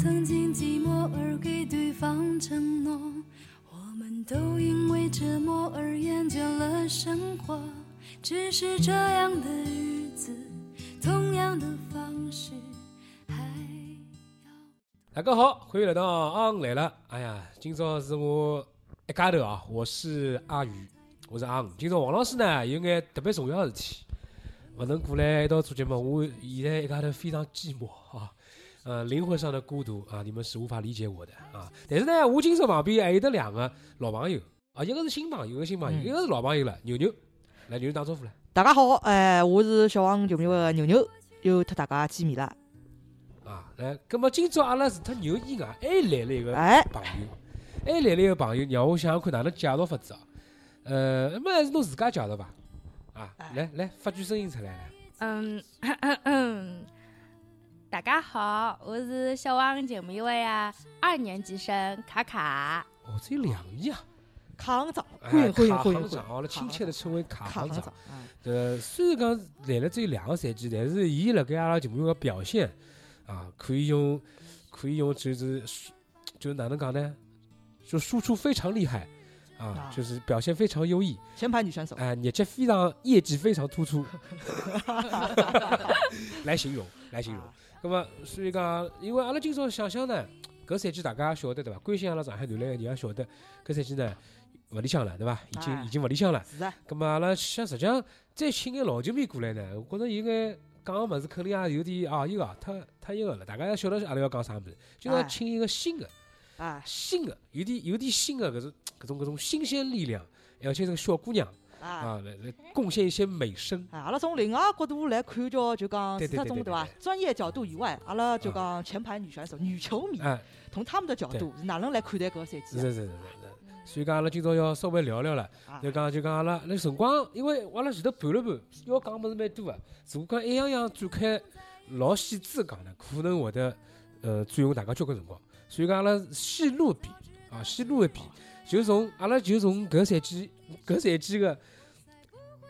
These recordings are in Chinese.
曾经寂寞而给对方承诺，我们都因为折磨而厌倦了生活。只是这样的日子，同样的方式，还大家好，欢迎来到阿五来了。哎呀，今朝是我一家头啊，我是阿宇，我是阿五。今朝王老师呢有眼特别重要的事体，勿能过来一道做节目。我现在一家头非常寂寞啊，呃，灵魂上的孤独啊，你们是无法理解我的啊。但是呢，我今朝旁边还有得两个老朋友啊，一个是新朋友，一个新朋友，嗯一个是老朋友了，牛牛。来，牛牛打招呼来。大家好，哎，我是小王九牛的牛牛，又和大家见面了。啊，来，那么今朝阿拉除脱牛以外，还来了一个哎，朋友，还来了一个朋友，让我想想看哪能介绍法子啊？呃，那么还是侬自家介绍吧。啊，哎来来，发句声音出来来。嗯， 大家好，我是小王九米位啊，二年级生卡卡。哦，只有两年啊！卡行长，哎欢迎欢迎卡欢行迎长，阿欢拉迎！亲切的称为卡卡行行长长。，哎呃，虽然讲来了只有两个赛季，但是伊辣盖阿拉节目个表现啊，可以用可以用就是就是哪能讲呢？就输出非常厉害啊啊，就是表现非常优异。前排女选手， 哎、业绩非常，业绩非常突出，来形容，来形容。那么，所以讲，因为阿拉今朝想想呢，搿赛季大家晓得对伐？关心阿拉上海男篮的人也晓得，搿赛季呢勿理想了，对伐？已经哎已经勿理想了。是啊，咁么阿拉想实际上再请眼老球迷过来呢，我觉着有眼讲个物事肯定也有点啊，一个太太一个了，大家也晓得阿拉要讲啥物事，就要哎请一个新的。哎新的，有点有点新的搿种搿种搿种新鲜力量，而且这个小姑娘哎。啊，来来贡献一些美声。啊，阿拉从另外角度来看，叫就讲对除对脱对种对对伐对？啊专业角度以外，阿拉就讲前排女选手、女球迷，哎，从他们的角度是哪能来看待搿个赛是季是啊？是是是。所以讲，阿拉今朝要稍微聊聊了，啊就讲就讲阿拉那辰光，因为阿拉前头盘了盘，要讲物事蛮多啊个，如果讲一样样展开老细致地讲呢，可能会得呃占用大家交关辰光。所以讲阿拉线路一遍啊，线路一遍，就从阿拉就从搿赛季搿赛季个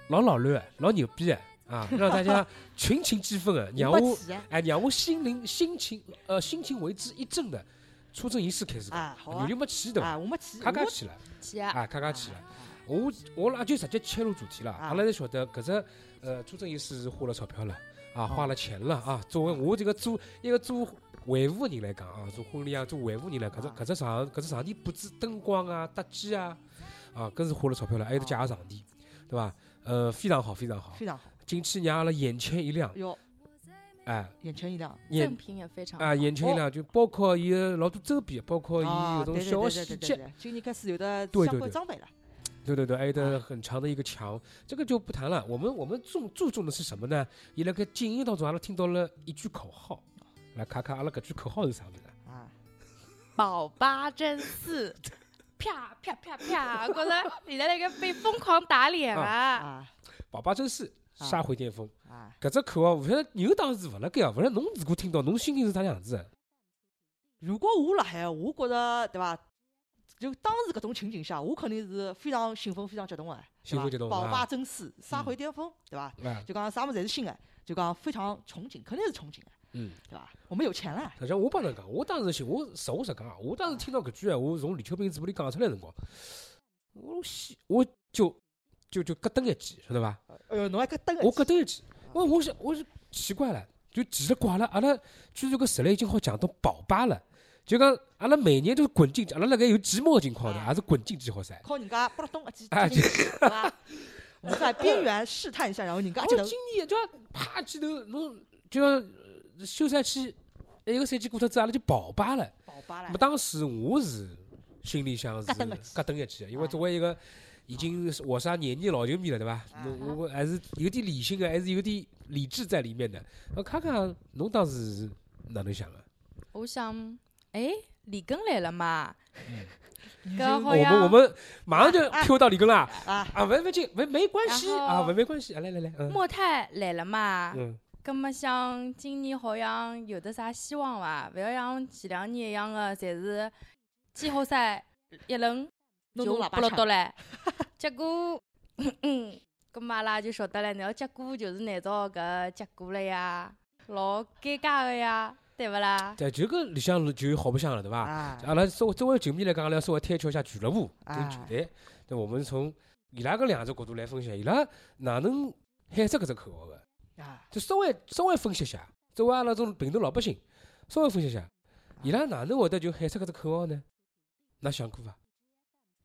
老老卵的、老牛逼的 啊，让大家群情激愤的，让没我起啊哎让我心灵心情呃心情为之一振的出阵仪式开始讲，啊，好牛啊牛，没去对伐？啊，我没去，咔咔我起来，起啊，啊，咔咔起来啊。我我拉就直接切入主题了，啊阿拉才晓得搿只呃朱正义是花了钞票了，啊，花了钱了啊。作为我这个做一个做维护人来讲啊，做婚礼啊，做维护人来讲，搿只搿啊只场搿只场地布置、灯光啊、搭建啊，啊，搿是花了钞票了，还有得假个场地，对伐？呃，非常好，非常好，啊哎非常好，近期让阿拉眼前一亮，哟，哎，眼前一亮，眼赠品也非常好啊眼前一亮，就包括伊个老多周边，包括伊啊，搿对种对对小对细节对对，对，今年开始有的对对相对关装备了，对对对，挨得啊很长的一个墙，这个就不谈了。我们我们重注重的是什么呢？伊辣盖静音当中，阿拉听到了一句口号，来看看阿拉搿句口号是啥物事？啊，宝八针四，啪啪啪啪，觉着现在那个被疯狂打脸了。啊宝爸真是啊杀回巅峰。啊，搿只口号，勿晓得牛当时勿辣盖啊，勿晓得侬如果听到，侬心情是啥样子啊的？如果我辣海，我觉着对伐？就当时搿种情景下，我肯定是非常兴奋、非常激动的，兴奋对伐激动宝啊马争四，杀回巅峰，对伐？啊，就讲啥物事侪是新的，就讲非常憧憬，肯定是憧憬的，嗯，对伐？我们有钱了，实际上我帮侬讲，我当时心，我实话实讲啊，我当时听到搿句闲话从李秋平嘴巴里讲出来的辰光，我心我就就就咯噔一记，晓得伐？哎呦，侬还搿登我搿头一记，我我想我是奇怪了，就奇了怪了，阿拉居然搿实力已经好讲到保八了，就讲阿拉每年都是滚进去，阿拉辣盖有寂寞的情况呢，啊还是滚进季后赛。靠人家拨拉东一记，哎接近对伐？我们在边缘试探一下，然后人家我一记今头，年就要啪几头，侬就要呃休赛期一个赛季过脱之后，阿拉就保八了。宝巴那了么，当时我是心里想是咯噔一记咯噔一记，因为作为一个已经是活啥廿年老球迷了，对伐？啊侬我我还是有点理性的，还是有点理智在里面的。那看看侬当时是哪能想的？我想，哎，李根来了嘛？然搿后好嗯我像们我们马上就 Q 到里根了啊，啊！没没紧，没没关系然后啊，没没关系啊！来来来，嗯莫泰来了嘛？嗯，葛么想今年好像有的啥希望伐？勿要像前两年一样的，侪是季后赛一轮弄就弄喇拨叭了枪到嘞。结果， 嗯，咁嘛阿拉就晓得了，然后结果就是难道搿结果了呀，老尴尬的呀。对勿啦？对，就搿里向就有好白相了，对伐？啊，阿拉作为作为球迷来讲，阿拉要稍微推敲一下俱乐部跟啊球队。那我们从伊拉搿两只角度来分析，伊拉哪能喊出搿只口号个？啊，就稍微稍微分析一下，作为阿拉种平头老百姓，稍微分析一啊下，伊拉哪能会得就喊出搿只口号呢？㑚想过伐？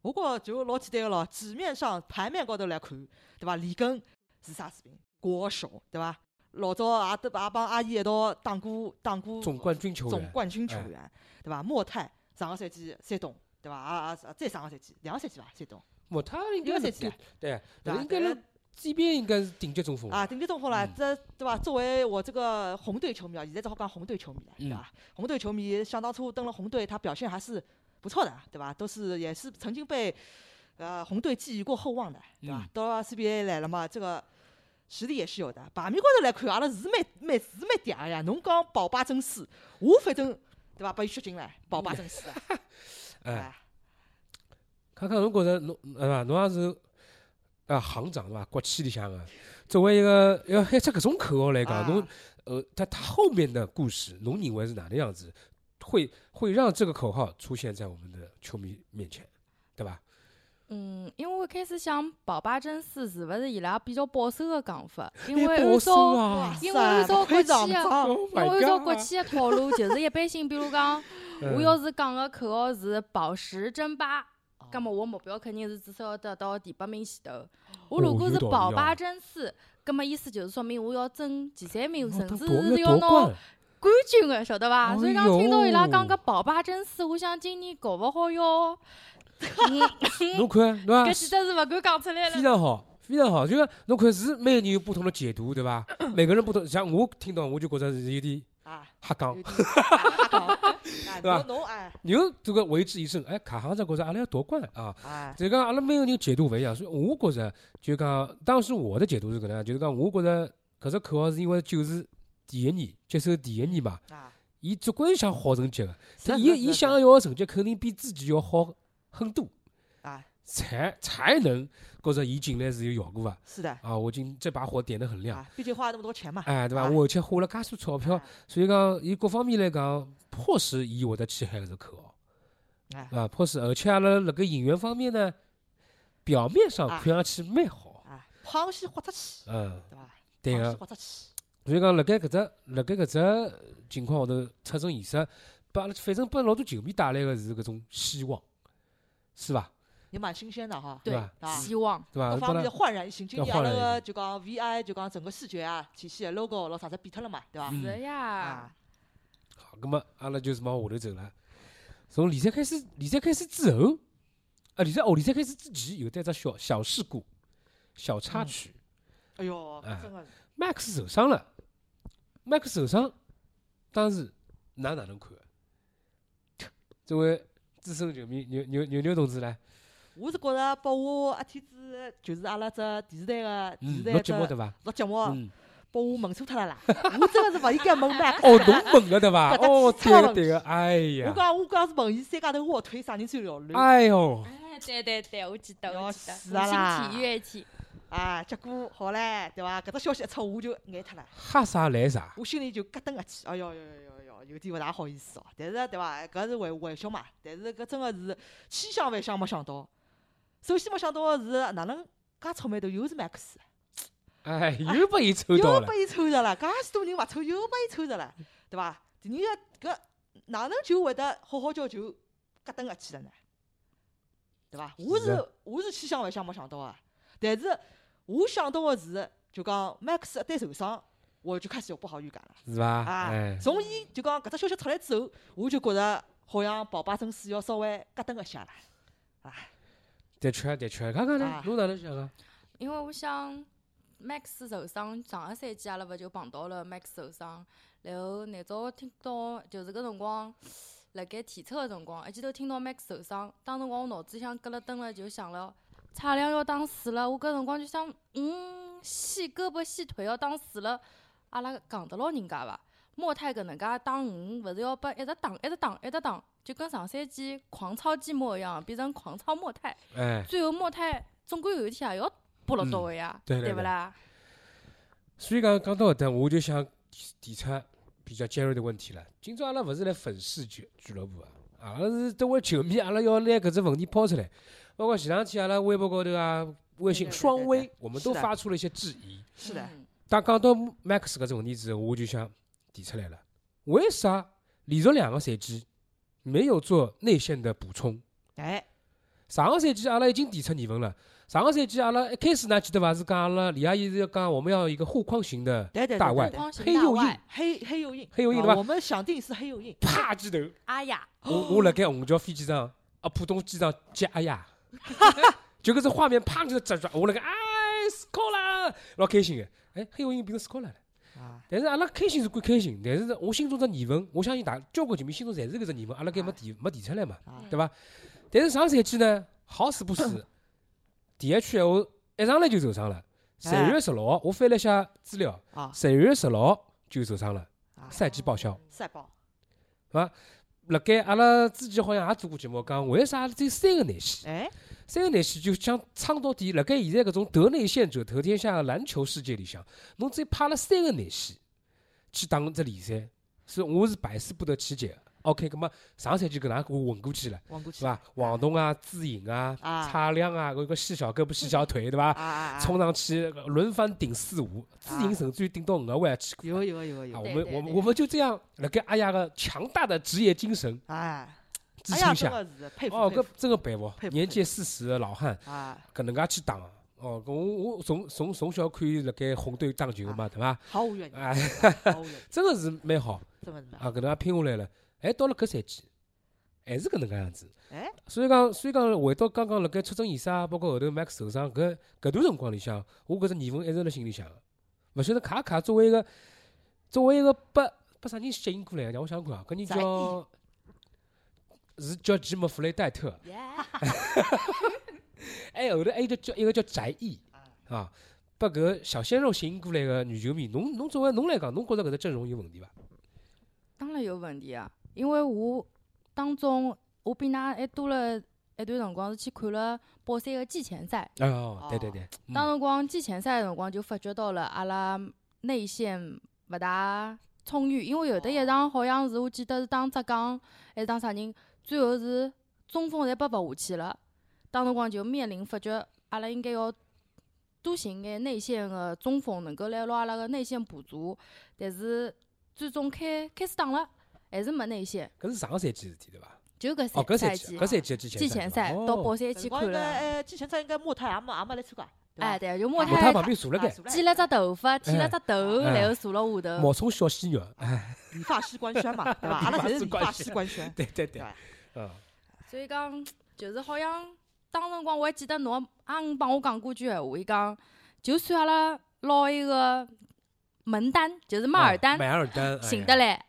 我觉着就老简单个咯，纸面上盘面高头来看，对伐？李根是啥水平？国手，对伐？老早也得也帮阿姨一道打过打过总冠军球嗯总员，冠军球哎员，对伐？莫泰上个赛季山东，对伐？啊啊，啊再上个赛季，两个赛季伐？山东，莫他应一该个赛是季顶啊，对，对伐？应该是这边应该是顶级中锋啊，顶级中锋啦嗯，这对伐？作为我这个红队球迷啊，现在只好讲红队球迷了，对伐？红队球迷想当初登了红队，他表现还是不错的，对吧？都是也是曾经被呃红队寄予过厚望的，对吧嗯？到了 CBA 来了嘛，这个实力也是有的。牌面高头来看，阿拉是蛮蛮是蛮嗲的呀。侬讲保八争四，我反正对伐？把伊削进来，保八争四啊，哎，哎看看侬觉着侬对伐？侬也是啊行长对伐？国企里向个，作为一个要喊出搿种口号来讲，啊侬呃，他他后面的故事，侬认为是哪能样子，会会让这个口号出现在我们的球迷面前，对伐？嗯，因为我一开始想保八争四是勿是伊拉比较保守个讲法，因哎 为保守按照啊因为哇按塞照不愧国长企啊长，Oh 因为 my 按 god！嗯照国企的套路，就是一般性，比如讲，我哦要是讲个口号是“宝石争霸”，那么我目标肯定是至少要得到第八名前头。我哦如果有是道理宝啊八争四，那么意思就是说明我要争前三名，甚至嗯是要夺要拿冠冠，军的，晓得伐？所以讲哎呦听到伊拉讲个宝八争四，我想今年搞勿 好要，侬看对伐？搿几只是勿敢讲出哎来非了。常好，非常好。就是侬看，是每个人有不同的解读，对伐？每个人不同。像我听到，我就觉着是有点啊，瞎有讲。嗯点瞎讲啊吧侬侬哎有这个为之一振，哎，卡行长觉着阿拉要夺冠啊！哎这个阿拉每个人解读勿一样，所以我觉着就讲，当时我的解读是搿能样，就是讲，我觉着搿只口号是因为九四第一年接手第一年嘛，啊，伊总归想好成绩个，他是啊伊是伊是想要的成绩肯定比自己要好很多，啊，才才能觉着伊进来是有效果个是的啊！我今这把火点得很亮。啊，毕竟花了那么多钱 嘛，哎，对伐？啊我而且花了介许多钞票，所以讲，伊各方面来讲，迫使伊会得去喊搿只口号，哎啊，迫使，而且阿拉辣盖引援方面呢，表面上看上去蛮好，啊，螃蟹豁出去，嗯，啊对对吧？螃蟹个。豁出去，所以讲，辣盖搿只辣盖搿只情况下头，出阵仪式，把阿拉反正拨老多球迷带来个是搿种希望，是伐？也蛮新鲜的哈，对对伐？啊，希望对伐？各拨方拉面焕然一新。今要年阿焕然拉一个就讲 VI 就讲整个视觉啊体系 logo 老啥子变脱了嘛，对吧？嗯是呀啊，，好，葛末阿拉就是往下头走了。从联赛开始，联赛开始之后，啊，联赛哦，联赛开始之前有得只小小事故、小插曲。哎哟，哎真的， Max 受伤了，Max 受伤，当时哪哪能看？这位资深球迷牛牛牛牛同志呢？我是觉着拨我阿天子就是阿拉只电视嗯，台个电视台录节目的哦对伐？录节目，嗯，拨我问错 脱了啦，我真的是勿应该问 Max 哦，侬问了对伐？搿搭哦，气对差个了对个，哎我呀，讲我讲是问伊三家头卧推啥人最流流哎哟，哎，对对对，我记得，要我记得，死啊啦五星体育那天，啊？结果好唻，对伐？搿只消息一出，我就眼脱了。哈啥来啥，我心里就咯噔一记，哎哟哟哟哟哟，有点勿大好意思哦。但是对伐，搿是玩玩笑嘛。但是搿真个是千想万想没想到。首先没想到个是哪能介草莓头又是 Max，哎，又被伊抽到又了，被伊抽着了，介许多人勿抽，又被伊抽着了，对伐？第二个搿哪能就会得好好叫球咯噔一记了呢？对伐？我是是我是千想万想没想到啊。但是我想到个是，就讲 Max 一旦受伤，我就开始有不好预感了。是伐？啊哎，，从伊就讲搿只消息出来之后，我就觉着好像宝爸真是要稍微咯噔一下了。的确的确，看看呢啊，侬哪能想啊？因为我想 Max 受伤，上个赛季阿拉勿就碰到了 Max 受伤，然后难早听到就是搿辰光，辣盖体测个辰光，一记头听到 Max 受伤，当辰光我脑子里向咯了噔了，就想了差两要打死了，我搿辰光就想，嗯，细胳膊细腿要打死了，阿拉戆得牢人家伐？莫泰搿能介打五，勿是要拨一直打一直打一直打，就跟上赛季狂操寂寞一样，变成狂操莫泰。哎，最后莫泰总归有一天也要拨落到个呀，嗯对对啊勿啦？所以讲讲到搿搭，我就想提提出比较尖锐的问题了。今朝阿拉勿是来粉饰俱俱乐部啊，阿拉是作为球迷，阿拉要拿搿只问题抛出来。包括前两天阿拉微博高头啊、微信对对对双微对，我们都是的发出了一些质疑。是的，嗯当讲到 Max 搿只问题之后，我就想提出来了，为啥连续两个赛季没有做内线的补充？哎，上个赛季阿拉已经提出疑问了。上个赛季阿拉一开始呢，记得伐？是讲阿拉李阿姨是要讲我们要一个护框型的对对对大对外对光型黑大又硬外，黑黑油印，黑油印啊对吧我们想定是黑油印，啪 击头。阿雅，我我辣盖虹桥飞机场啊，浦东机场接哎呀， 就搿只画面啪就折转，我辣盖哎死高了，老开心个。哎，黑油印变成死高了。啊，但是阿拉开心是归开心，但是我心中只疑问，我相信大交关球迷心中侪是搿只疑问，阿拉该没提没提出来嘛啊，对伐？但是上赛季呢，好死不 死，DHL 一上来就受伤了。十哎月十六号，我翻了一下资料，啊十月十六号就受伤了，啊赛季报销。赛报，辣盖阿拉之前好像也做过节目，讲为啥只有三个内线？哎，三个内线就想撑到底。辣盖现在搿种得内线者得天下的篮球世界里向，侬只派了三个内线去打搿只联赛，所以我是百思不得其解的。OK，葛末上赛季搿能介混过去了，王过去是伐？王东啊、资颖啊、啊差亮啊，搿个细小胳膊、细小腿，对啊伐？啊啊，冲上去呃轮番顶四五，资颖甚至于顶到五个位去过。有啊有啊有啊有啊，啊，我对们对我们对我们就这样，辣盖阿雅个强大的职业精神哎，支哎撑呀，下真，的是佩服哦，佩搿服真个佩服佩，服年佩届四十的老汉，啊，搿能介去打。哦，搿我我从从从小看伊辣盖红队打球啊嘛，对伐？毫无怨言，哎，毫无怨言，真个是蛮好真的是蛮啊！好搿能介拼下来了，哎，到了搿赛季，还是搿能介样子。哎，所以讲，所以讲，回到刚刚辣盖出征以啊，包括后头 Max 受伤搿搿段辰光里向，我搿只疑问一直辣心里向。勿晓得卡卡作为一个作为一个被被啥人吸引过来的？让我想想看啊，搿人宰叫是叫吉姆弗雷戴特。耶， 哎，后头还有一啊个叫一个叫翟毅啊，把搿小鲜肉吸引过来个女球迷，侬侬作为侬来讲，侬觉着搿只阵容有问题伐？当然有问题啊，因为我当中我比㑚还多了一段辰光是去看了宝山个季前赛，哦，对对对，嗯当辰光季前赛个辰光就发觉到了阿拉内线勿大充裕，因为有的一场好像是我记得是打浙江还是打啥人，最后是中锋侪被罚下去了。当辰光就面临发觉阿拉应该要多寻眼内线个中锋，能够来拿阿拉个内线补足，但是最终开开始打了，还是没内线，搿是上个赛季事体对伐？就搿哦，搿赛赛季，季搿赛季的季前季前赛对伐到哦宝山辰去光看应该了，哎，之前赛应该莫泰也没也没来参加，哎对对，就莫我他泰旁边坐了吧，盖啊，剪了只头发，剃了只头，哎然后坐了下头。冒充小鲜肉，哎，理发师官 宣嘛，对吧？阿拉侪是理发师官宣，对对对对，吧？嗯，所以讲，就是好像当辰光我还记得侬阿五帮我讲过句闲话，伊讲就算阿拉捞一个门单，就是马尔丹马尔丹寻得。来，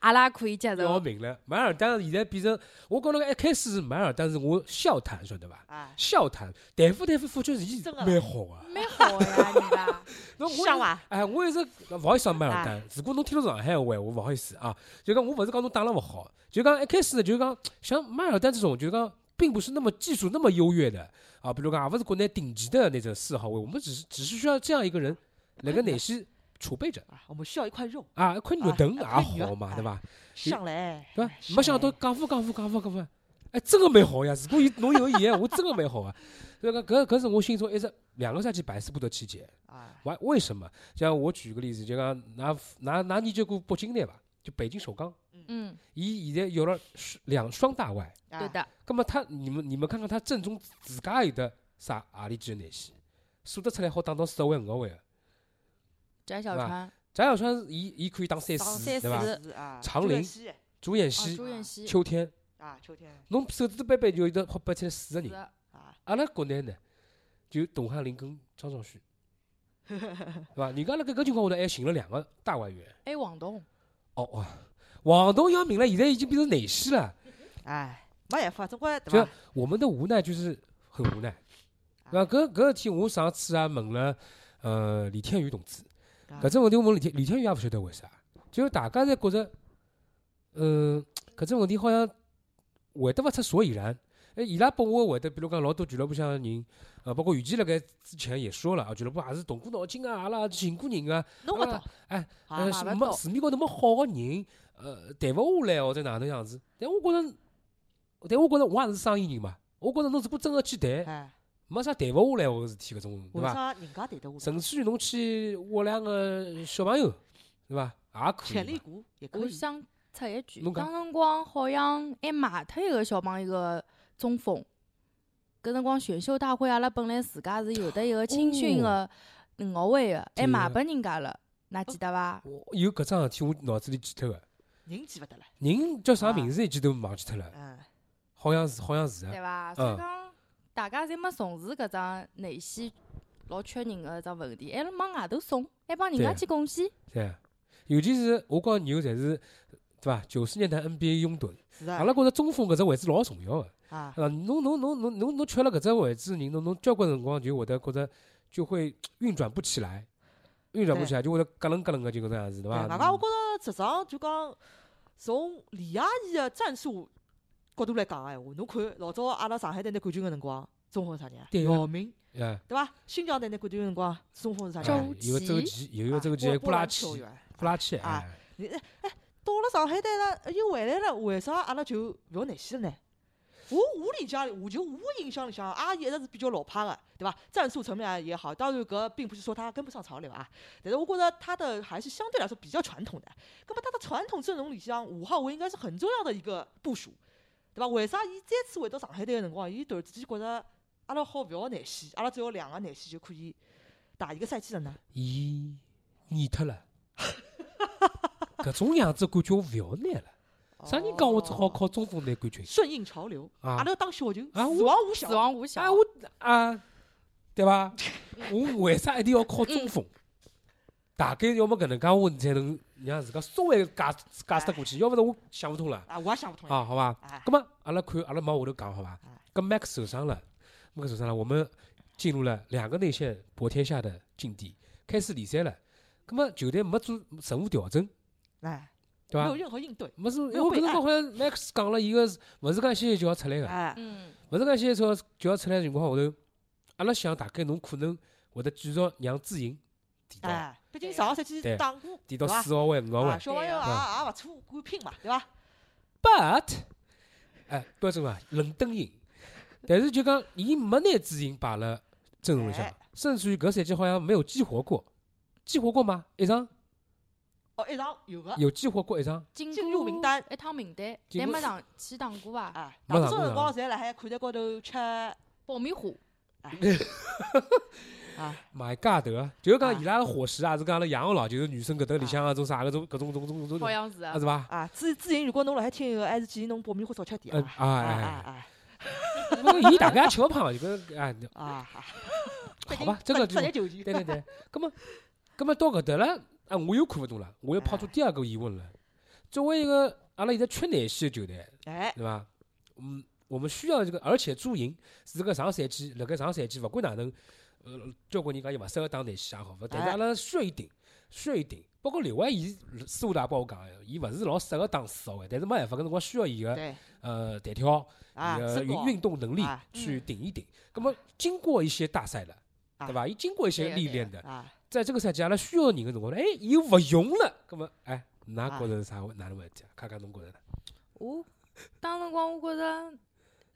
阿拉可以接哎呀要受。命了，马尔丹现在变成我觉着一开始是马尔丹是我笑谈，晓得伐？哎，笑谈，大夫大夫发觉是伊真的啊蛮好个，蛮好啊的呀，人家那我像伐？哎，我一直勿好意思啊，麦尔丹。如果侬听到上海话，我勿好意思啊。就讲我勿是讲侬打了勿好，就讲一开始呢，就讲像麦尔丹这种，就讲并不是那么技术那么优越的啊，比如讲也勿是国内顶级的那种四号位，我们只是只是需要这样一个人，那个内线储备着啊，我们需要一块肉啊，一块肉盾也啊一块肉好嘛，哎对伐？上来，对伐哎？没啊想到，讲法讲法讲法讲法，哎，真个蛮好呀！如果有侬有伊，我真个蛮好啊。所以讲搿搿是我心中一直两个赛季百思不得其解。上来啊，为为什么？像我举个例子，就讲拿拿拿研究过北京队伐？就北京首钢， 嗯，伊现在有了双两双大外，啊对，的，那么他你们你们看看他正宗自家有的啥阿里几个内线，数得出来好打到四个位五个位的。翟小哦川、翟小川是伊伊可以打三打四对三四伐？是啊，长朱林彦希朱彦哦希、朱彦希，秋天，啊，秋天侬手指头掰掰就有得好掰出来四个人。是啊，阿拉国内呢，就董翰林跟张兆旭，对伐？人家辣搿搿情况下头还寻了两个大外援。还有王彤，哦哇，王东要命了，现在已经变成内线了。哎，没办法，总归对就吧？我们的无奈就是很无奈。啊啊那搿搿事体，我上次也问了，呃，李天宇同志，啊搿只问题我问李天李天宇也勿晓得为啥，就大家呃侪觉着，嗯，搿只问题好像回答勿出所以然。哎，伊拉拨我会得，比如讲老多俱乐部向的人，呃，包括于琦辣盖之前也说了，啊，俱乐部也是动过脑筋啊，阿拉寻过人啊，弄勿啊到，哎，啊呃，买是勿没到市面高头没好个人，呃，谈勿下来或者哪能样子。但我觉着，但我觉着我也是生意人嘛，我觉着侬如果真个去谈，哎，没啥谈勿下来个事体搿种，对为伐？啥人家谈得下来？甚至于侬去窝两个小朋友，对伐？也可潜以力嘛。股也可我以，想插一句，侬讲当辰光好像还买脱一个小朋友个中锋。搿辰光选秀大会，阿拉本来自家是有得一个青训哦个五学会个，还对卖个拨人家了，㑚记得伐？我有搿桩事体，我脑子里记脱个，人记勿得了，人叫啥啊名字一记头忘记脱了，嗯，好像是，好像是对啊。伐？所嗯以讲，大家侪没重视搿桩内线老缺人个搿桩问题，还辣往外头送，还帮人家对去贡献。对啊，尤其是我讲牛侪是，对伐？九十年代 NBA 拥趸，是啊阿，拉觉着中锋搿只位置老重要个。啊，啊，侬侬侬侬侬侬缺了搿只位置的人，侬侬交关辰光就会得觉着就会运转不起来，运转不对起来就会得咯楞咯楞个就搿能样子，对嗯伐？外加我觉着实场就讲从李亚义的战术角度来讲个闲话，侬看老早阿拉上海队拿冠军个辰光，中锋是啥人啊？对啊姚明，哎，对伐？新疆队拿冠军个辰光，中锋是啥哎周人啊？有个周琦琦，有一个啊周琦，波还有布拉兰奇球，员布拉奇，啊哎，你哎哎，到了上海队了，又回来了，为啥阿拉就勿要内线了呢？我我理解，我就我印象里向，阿姨一直是比较老派的，对伐？战术层面也好，当然搿并不是说她跟不上潮流啊，但是我觉得她的还是相对来说比较传统的。那么她的传统阵容里向，五号位应该是很重要的一个部署，对伐？为啥伊再次回到上海队的辰光，伊突然之间觉着阿拉好勿要内线，阿拉只要两个内线就可以打一个赛季了呢？伊腻脱了， 搿种样子感觉我勿要拿了。啥人讲我只好哦靠中锋拿冠军？顺应潮流，啊阿拉要当小球，啊死亡无小死。亡无效啊，。我啊，对伐？我为啥一定要靠中锋？嗯大概要么搿能介，我才能让自家稍微解解释得过去，要勿然我想勿通了。啊，我也想不通呀。啊，好吧，哎那么阿拉看阿拉往下头讲好吧哎。跟 Max 受伤了，Max 受伤了，我们进入了两个内线博天下的境地，开始联赛了。那么球队没做任何调整，哎，对啊没伐有？任何应对。没是，因为没搿有备辰光案好像 Max 讲了，伊个是勿是讲歇息就要出来个，哎，嗯，勿是讲歇息就要就要出来个情况下头，阿拉想大概侬可能会得继续让朱莹提到哎，毕竟上个赛季对打过，提对到伐？四号位五号位啊，小朋友也对啊也勿错，敢拼嘛，对伐？ ，but 哎标准嘛，冷灯赢，但是就讲伊没拿主赢摆了阵容里向哎，甚至于搿赛季好像没有激活过，激活过吗？一场哦，一场有个，有激活过一场，进进入名单过一趟名单，进但入四没上去打过伐？哎，没打过大多数辰光啊侪辣海看台高头吃，爆米花，啊，买尬德啊，就是讲啊伊拉个伙食啊，是讲阿拉养老，就是女生搿搭里向啊，种啥搿种搿种搿种搿好种，像是啊啊是伐？啊，之之前如果侬辣海听个，还是建议侬爆米花少吃点呃啊啊。啊哎 啊哎，啊不过伊大概也吃勿胖，就搿 哎啊啊！好吧，这个就职业球员，对对对，咁么，咁么到搿搭了，啊，我又看勿懂了，我又抛嗯出第二个疑问了。作为一个阿拉现在缺内线的球队，哎，对伐？嗯，我们需要这个，而且朱莹是个上赛季，辣盖上赛季勿管哪能，呃，交关人讲伊勿适合打内线也好，但是哎阿拉需要伊顶，需要伊顶。包括刘伟，伊私下头也帮我讲，啊伊勿是老适合打四号位，但是没办法，搿辰光需要伊个对呃弹跳、啊，伊个身运高运动能力啊去嗯顶一顶。咁么经过一些大赛了，啊对伐？伊经过一对些个历对练个的，啊，在这个赛季阿拉需要人个辰光，哎，又勿用了，咁么哎，㑚觉着是啥问哪能问题啊？看看侬觉着呢？我当辰光我觉着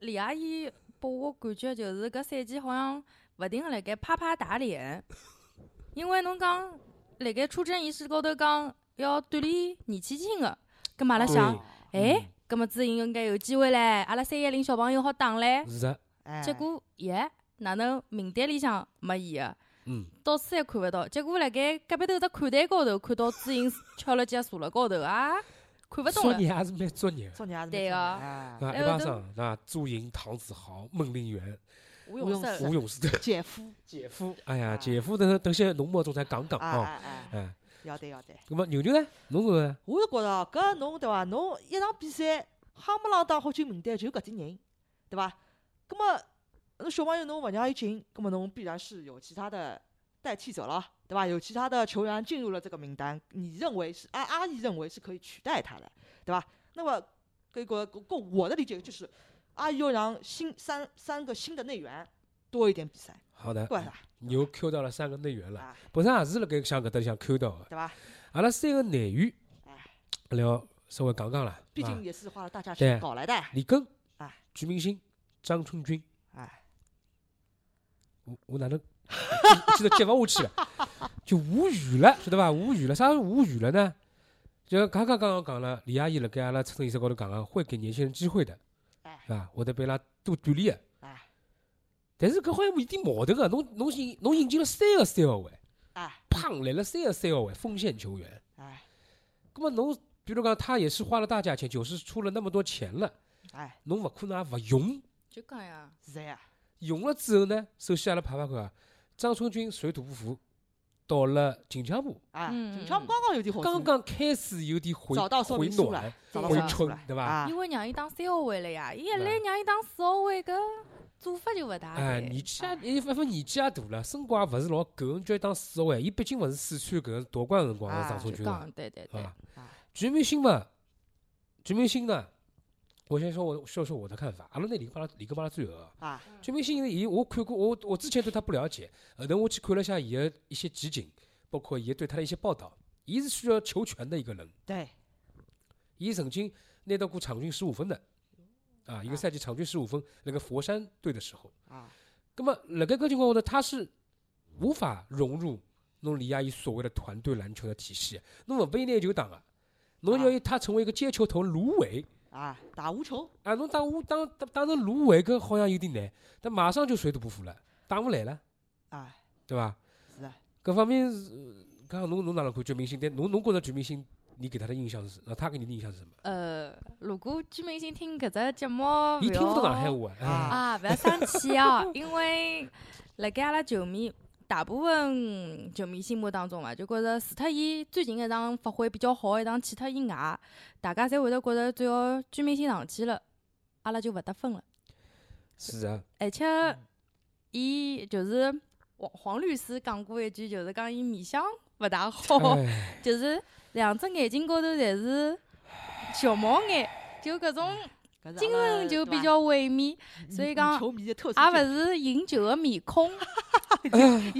李阿姨拨我感觉就是搿赛季好像勿停地辣盖啪啪打脸，因为侬讲辣盖出征仪式高头讲要锻炼年纪轻个，葛末阿拉嗯想，对哎，葛末子应该有机会唻，阿拉三一零小朋友好打唻。嗯是啊的，哎结果耶，哪能名单里向没伊个？嗯，到处侪看勿到，结果辣盖隔壁头只看台高头看到朱茵 敲了脚坐辣高头啊，看勿懂作了。孽还是蛮作孽的，少年还是蛮对少啊年哎是吧？哎一呦帮都上，那朱莹、唐子豪、孟令媛、吴吴永永胜吴永 世的姐夫姐夫，哎呀，啊姐夫等等些浓墨重彩讲讲啊啊，啊啊，哎，要得要得。咁么牛牛呢？侬觉着呢？我是觉着搿侬对伐？侬一场比赛夯不啷当好进名单就搿点人，对伐？葛末侬小朋友侬勿让伊进，葛末侬必然是有其他的代替者了，对伐？有其他的球员进入了这个名单，你认为是阿啊阿姨认为是可以取代他的，对伐？那么搿个搿个我的理解就是。阿姨要让新三三个新的内援多一点比赛，好的，对吧？你又 Q 到了三个内援了。啊，本身也是辣盖想搿搭里向 Q 到的。对吧？阿拉三个内援哎，阿拉要稍微讲讲啦。毕啊竟也是花了大价对钱搞来的，李庚啊，鞠明星、张春军，哎，我我哪能 记记得接勿下去了， 就无语了，晓得伐？无语了，啥是无语了呢？就刚刚刚刚讲了，李阿姨辣盖阿拉出生仪式高头讲了，啊会给年轻人机会的，哎是伐？会得被伊拉多锻炼的。哎但是搿好像有点矛盾个，侬侬引侬引进了三个三号位，哎砰来了三个三号位锋线球员，哎葛么侬比如讲他也是花了大价钱，就是出了那么多钱了，哎，侬勿可能也勿用就讲呀，是的呀，用了之后呢，首先阿拉排排看啊，张春军水土不服，到了锦江浦，哎，嗯就像刚刚有点好处，刚刚开始有点回找到说回明书了暖，，找到回说明书春了，对吧啊因为让伊打三号 E 位了呀，伊一对来让伊打四号位，搿做法就勿大哎，对年纪也一份年纪也大了，身高也勿是老够，你叫伊当四号位，伊毕竟勿是四川搿夺冠的辰光的啊张就春军啊讲对对对，啊啊。全明星嘛，全明星呢，我先说我说说我的看法，阿拉拿李根巴拉李根巴拉最后啊。啊全明星伊我看过，我我之前对他不了解，呃后头我去看了一下伊的一些集锦，包括伊对他的一些报道，伊是需要求全的一个人，对，伊曾经拿到过场均十五分的，啊，一个啊赛季场均十五分，那个佛山队的时候，啊那么辣盖搿情况下头，他是无法融入侬李亚伊所谓的团队篮球的体系，侬勿拨伊拿球打啊，侬要伊他成为一个接球头芦苇。啊，打无球，啊，侬打我当打打成芦苇，搿好像有点难，但马上就水土不服了，打勿来了，哎，对伐？是的，各方面是，刚刚侬侬哪能看全明星？但侬侬觉着全明星，你给他的印象是，那他给你的印象是什么？呃，如果居明星听搿只节目，伊勿听勿懂要上海话哎哦啊啊，勿要生气啊， 因为辣盖阿拉球迷大部分球迷心目当中伐，就觉着除脱伊最近一场发挥比较好的一场去脱以外，大家侪会得觉着只要居明星上去了，阿拉就勿得分了。是啊，而且，伊就是黄黄律师讲过一句，就是讲伊面相勿大好，哎，就是两只眼睛高头侪是小毛眼，就搿种搿是精阿拉神哎就对吧比较萎靡，女所以女讲球迷的特色也勿是是赢球的面孔。哎已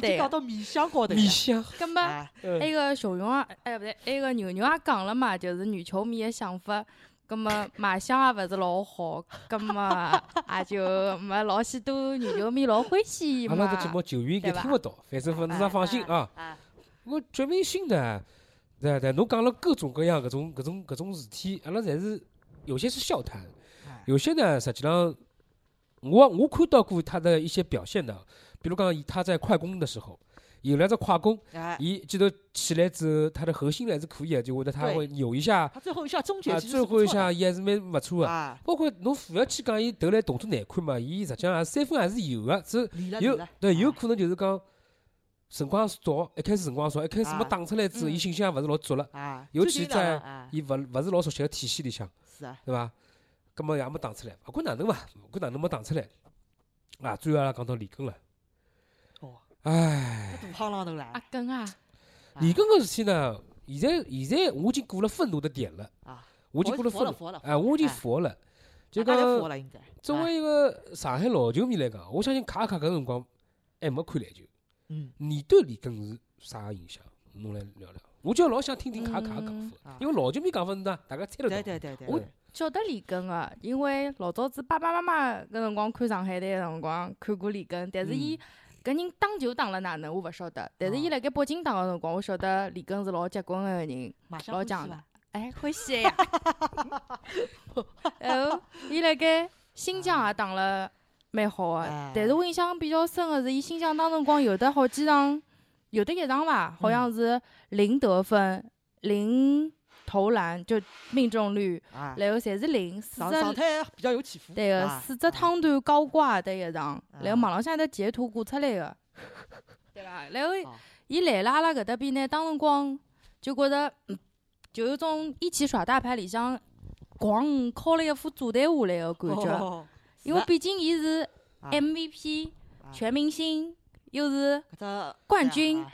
对经讲到面相高头了米，香，葛末哎哎埃个小勇啊，哎勿对，埃个牛牛也讲了嘛，就是女球迷的想法。葛么卖相也勿是老好，葛么 也就没老许多女球迷老欢喜阿嘛。拉的节目球员应该对吧听勿到，反正反正放心啊。哎我全明星呢，对对，侬讲了各种各样搿种搿种搿种事体，阿拉侪是有些是笑谈，哎有些呢实际上我我看到过他的一些表现的，比如讲以他在快攻的时候，有了这快攻，哎，伊记得起来之后，他的核心还是可以的，就会得他对会扭一下，他最后一下终结啊，其实最是后不一错的下伊还是蛮勿错的。啊，包括侬勿要去讲伊投篮动作难看嘛，伊实际上也三分还是有的，只理了理有了，对有啊可能就是讲辰光少，一开始辰光少，一开始没啊打出来之后，伊嗯信心也勿是老足了，啊，尤最其近呢在啊伊勿勿是老熟悉个体系里向，是啊，对伐？葛末也没打出来，勿管哪能伐，勿管哪能没打出来，啊，最后阿拉讲到李根了，哦，唉这。大胖浪头来阿根啊，啊李根搿事体呢，现在现在我已经过了愤怒的点了，啊，我已经过了佛愤了怒，佛了，哎，我已经哎佛了。就大家都佛讲了应该，作啊为一个上海老球迷来讲，我相信卡卡搿辰光还没看篮球，嗯你对李根是啥印象？侬来聊聊。我就老想听听卡卡的讲嗯法啊，因为老球迷讲法呢，大家猜得对到。对对对，我对晓得李根啊，因为老早子爸爸妈妈搿辰光看上海队个辰光看过李根，但是伊搿人打球打了哪能我勿晓得，但是伊哦辣盖北京打个辰光，我晓得李根是老结棍个人，马上老过去讲吧的， 哎，欢喜的呀。 然后伊辣盖新疆也打了蛮好啊个、哎但是我印象比较深个是，伊新疆当辰光有的好几场，有的一场伐，好像是零得分、零投篮，就命中率，啊，然后侪是零，四状状只态比较有起伏，对个啊，四只，汤团高挂的一场，然后啊网浪向的截图挂出来个， 对伐？然后哦伊来了阿拉搿搭边呢，当辰光就觉着嗯就有种一起耍大牌里向咣敲了一副炸弹下来个感觉，觉因为毕竟伊是哦啊 MVP 全明星，又是这冠军啊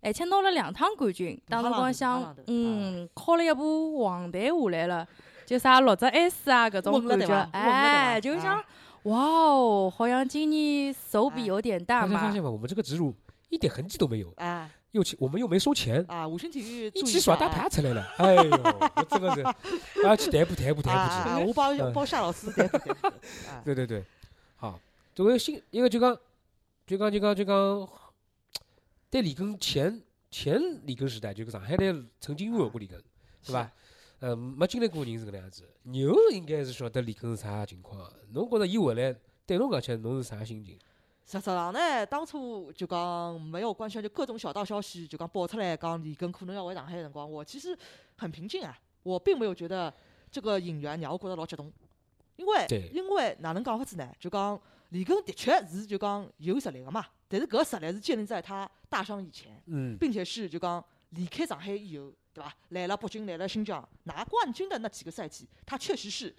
而且拿了两趟冠军，当辰光啊大想浪头大浪头嗯敲了一把黄蛋下来了，就啥六只 S 啊搿种稳了感对觉伐，稳了对哎，伐就啊想哇哦，好像今年手笔哎有点大大家发嘛，现吗？我们这个植入一点痕迹都没有，哎又请我们又没收钱，啊，武训体育一注意起耍下大哎牌出来了。哎呦，我真的是， 我要去逮捕逮捕逮啊啊捕去。啊！我帮嗯帮夏老师对对对，啊对对对，好，作为新一个就讲，就讲就讲就讲，对李根前前李根时代，就是上海队曾经拥有过李根， 对伐？呃，没经历过人是搿能样子。牛应该是晓得李根是啥情况，侬觉着伊回来对侬讲起来，侬是啥心情？实质上呢，当初就讲没有官宣，就各种小道消息就讲爆出来，讲李根可能要回上海的辰光，我其实很平静啊，我并没有觉得这个引援让我觉得老激动，因为对因为哪能讲法子呢？就讲李根的确是就讲有实力的嘛，但是搿个实力是建立在他大伤以前，嗯，并且是就讲离开上海以后，对伐？来了北京，来了新疆，拿冠军的那几个赛季，他确实是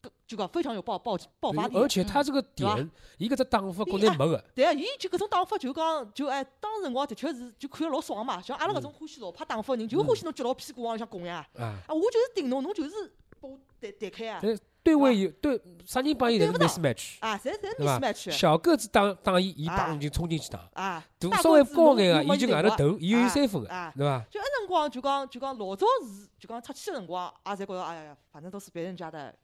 个就讲非常有爆爆爆发力的嗯而。且他这个点，伊搿只打法国内没个，对啊，伊就搿种打法就讲，就哎，当时辰光的确是就看了老爽嘛。像阿拉搿嗯种欢喜老派打法的人，就欢喜侬脚老屁股往里向拱呀。啊，啊，我就是顶侬，侬就是拨我弹弹开啊。但对位有对啥人帮伊侪对是不到 mismatch，啊，侪侪对伐 mismatch 小个子打打伊，伊啊打已经冲进去打，啊。大大稍微个子高侬眼侬个，没伊就人硬头啊投，伊有啊三分个啊，对伐？就那辰光就讲就讲老早是就讲出去的辰光，也侪觉着哎呀，反正都是别人家的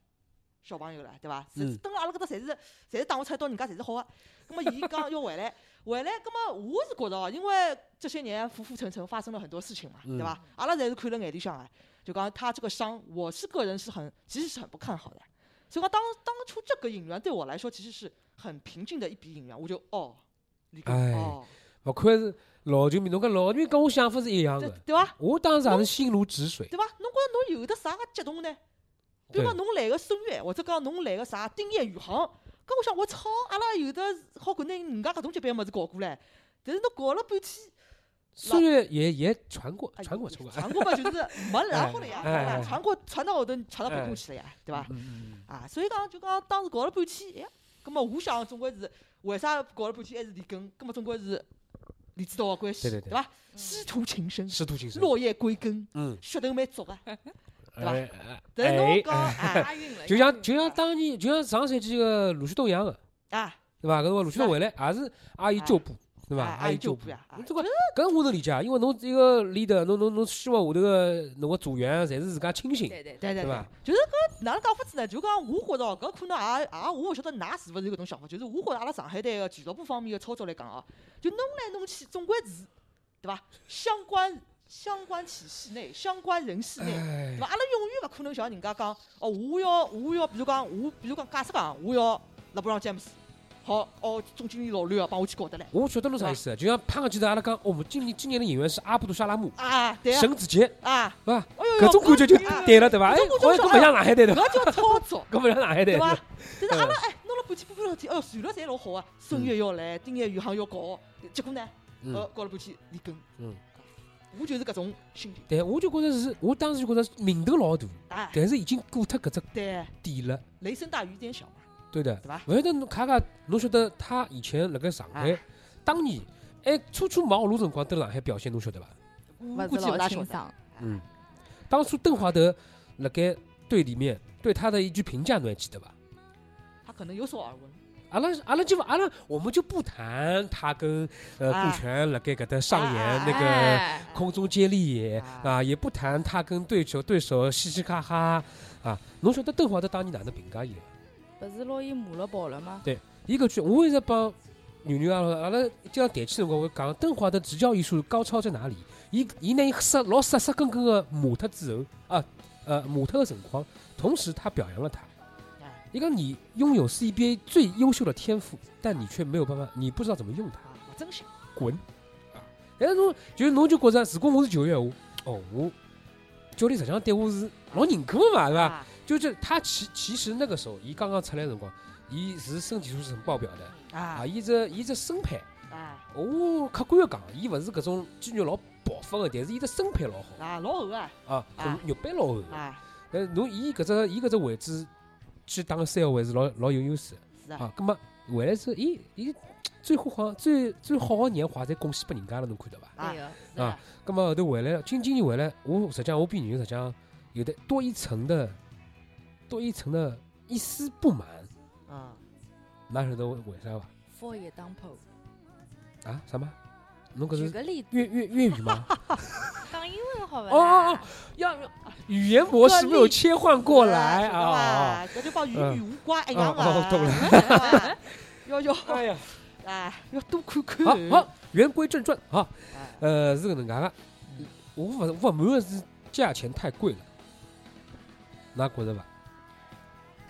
小朋友了，对伐？嗯是蹲辣阿拉搿搭，侪是侪是打我出来到人家侪是好个。葛末伊讲要回来，回来，葛末我是觉着哦，因为这些年浮浮沉沉发生了很多事情嘛，对伐？阿拉侪是看了眼里向啊，就讲他这个伤，我是个人是很其实是很不看好的。所以讲当当初这个引援对我来说其实是很平静的一笔引援，我就哦，李根哎哦，勿愧是老球迷，侬跟老球迷跟我想法是一样对的。对伐？我当时也是心如止水，对伐？侬觉着侬有得啥个激动呢？比如对讲侬来个孙悦，或者讲侬来个啥丁彦雨航，搿我想我操，阿拉有的好搿能人家搿种级别物事搞过来，但是侬搞了半天，岁月也也传过，哎传过，啊传过。传过嘛就是 没然后了呀，哎哎哎传过传到后头传到北京去了呀，对伐？嗯，啊，所以讲就讲当时搞了半天，哎，葛末我想总归是为啥搞了半天还是李根，葛末总归是李指导个关系，对对对伐？师徒情深，嗯师徒情深。落叶归根，嗯，噱头蛮足啊。对吧哎，但是哎侬讲啊押韵了，就押像韵就了像当年，就像上赛季个鲁旭东一样的，啊，对伐？搿辰光鲁旭东回来也是阿姨哎救补， 对伐？啊阿阿姨姨救补补呀啊侬这个搿我能理解，啊因为侬一个 leader，侬侬侬希望下头个侬个组员啊侪是自家清醒，对对对，对对对伐？就是搿哪能讲法子呢？就讲我觉着哦搿可能也也，我勿晓得㑚是勿是有搿种想法。就是我觉着阿拉上海队个俱乐部方面个操作来讲哦，就弄来弄去，总归是，对伐？相关相关体系内，相关人士内，对哎，伐？阿拉永远勿可能像人家讲哦，我要我要，比如讲我，比如讲假设讲我要勒布朗詹姆斯，好哦，总经理老刘要帮我去搞得来我晓得侬啥意思啊，就像胖个记得阿拉讲，我们今年今年的演员是阿布杜沙拉姆、啊，对啊，沈子杰，啊，对伐？哎呦呦，搿种感觉就啊对了，对伐？哎，搿种感好像搿勿像觉就上海队对伐？搿叫操作。搿勿像上海队对伐？但是阿拉哎，弄了半天半半事体，哦，传了侪老好啊，孙悦要来，丁彦雨航要搞，结果呢，呃嗯，，搞了半天李根，嗯，我就是搿种心情，但我就觉着是，我当时就觉着名头老大，哎，但是已经过脱搿只对，点了，雷声大雨点小嘛，对的对。伐？勿晓得侬卡卡，侬晓得他以前辣盖上海哎，当年还初出茅庐辰光蹲上海表现，侬晓得伐？我勿估是计勿老大晓清得，爽。嗯，当初邓华德辣盖队里面对他的一句评价，侬还记得伐？他可能有所耳闻，阿拉阿拉就阿拉我们就不谈他跟呃哎顾全辣盖搿搭上演那个哎空中接力啊啊，也不谈他跟对手对手嘻嘻哈哈啊。侬晓得邓华德当年哪能评价伊的？勿是拿伊骂了跑了吗？伊搿句我一直帮牛牛阿拉阿拉经常谈起辰光，我讲邓华的执教艺术高超在哪里？伊伊拿伊杀老杀杀根根个骂脱之后啊呃骂脱个辰光，同时他表扬了他。哎，伊讲你拥有 CBA 最优秀的天赋，但你却没有办法，你不知道怎么用它。啊，勿真心，滚！啊，但是侬就是侬就觉着，如果我是球员，我哦我教练实际上对我是老认可的嘛，对吧？啊？就是他其其实那个时候，伊刚刚出来的辰光，伊是身体素质很爆表的啊，啊伊这伊这身牌，哎啊我客观的讲，伊勿是搿种肌肉老爆发的，但是伊的身牌老好啊，老厚啊啊，啊肉板老厚的。啊，但是侬伊搿只伊搿只位置去打个三号位是老老有优势的。是啊，啊，葛么回来之后，伊伊最辉煌、最最好个年华侪贡献拨人家了，侬看到伐？对啊个，是啊，葛么后头回来了，今今年回来，我实际上我比你实际上有的多一层的对伊存了一丝不满，啊嗯，哪晓得为为啥伐？ For example，啊，什么？侬搿举是个例子，粤粤粤语 吗？讲英文好勿啊哦哦啦哦？要语言模式没有切换过来晓得啊！伐，搿就帮嗯语语无哎关一样哦哦嘛。懂了了。啊哎要要哦哎呀，哎，要多看看。好哦好，言归正传啊，哎，呃，是搿能介个嗯，我勿勿满是价钱太贵了，㑚觉着伐？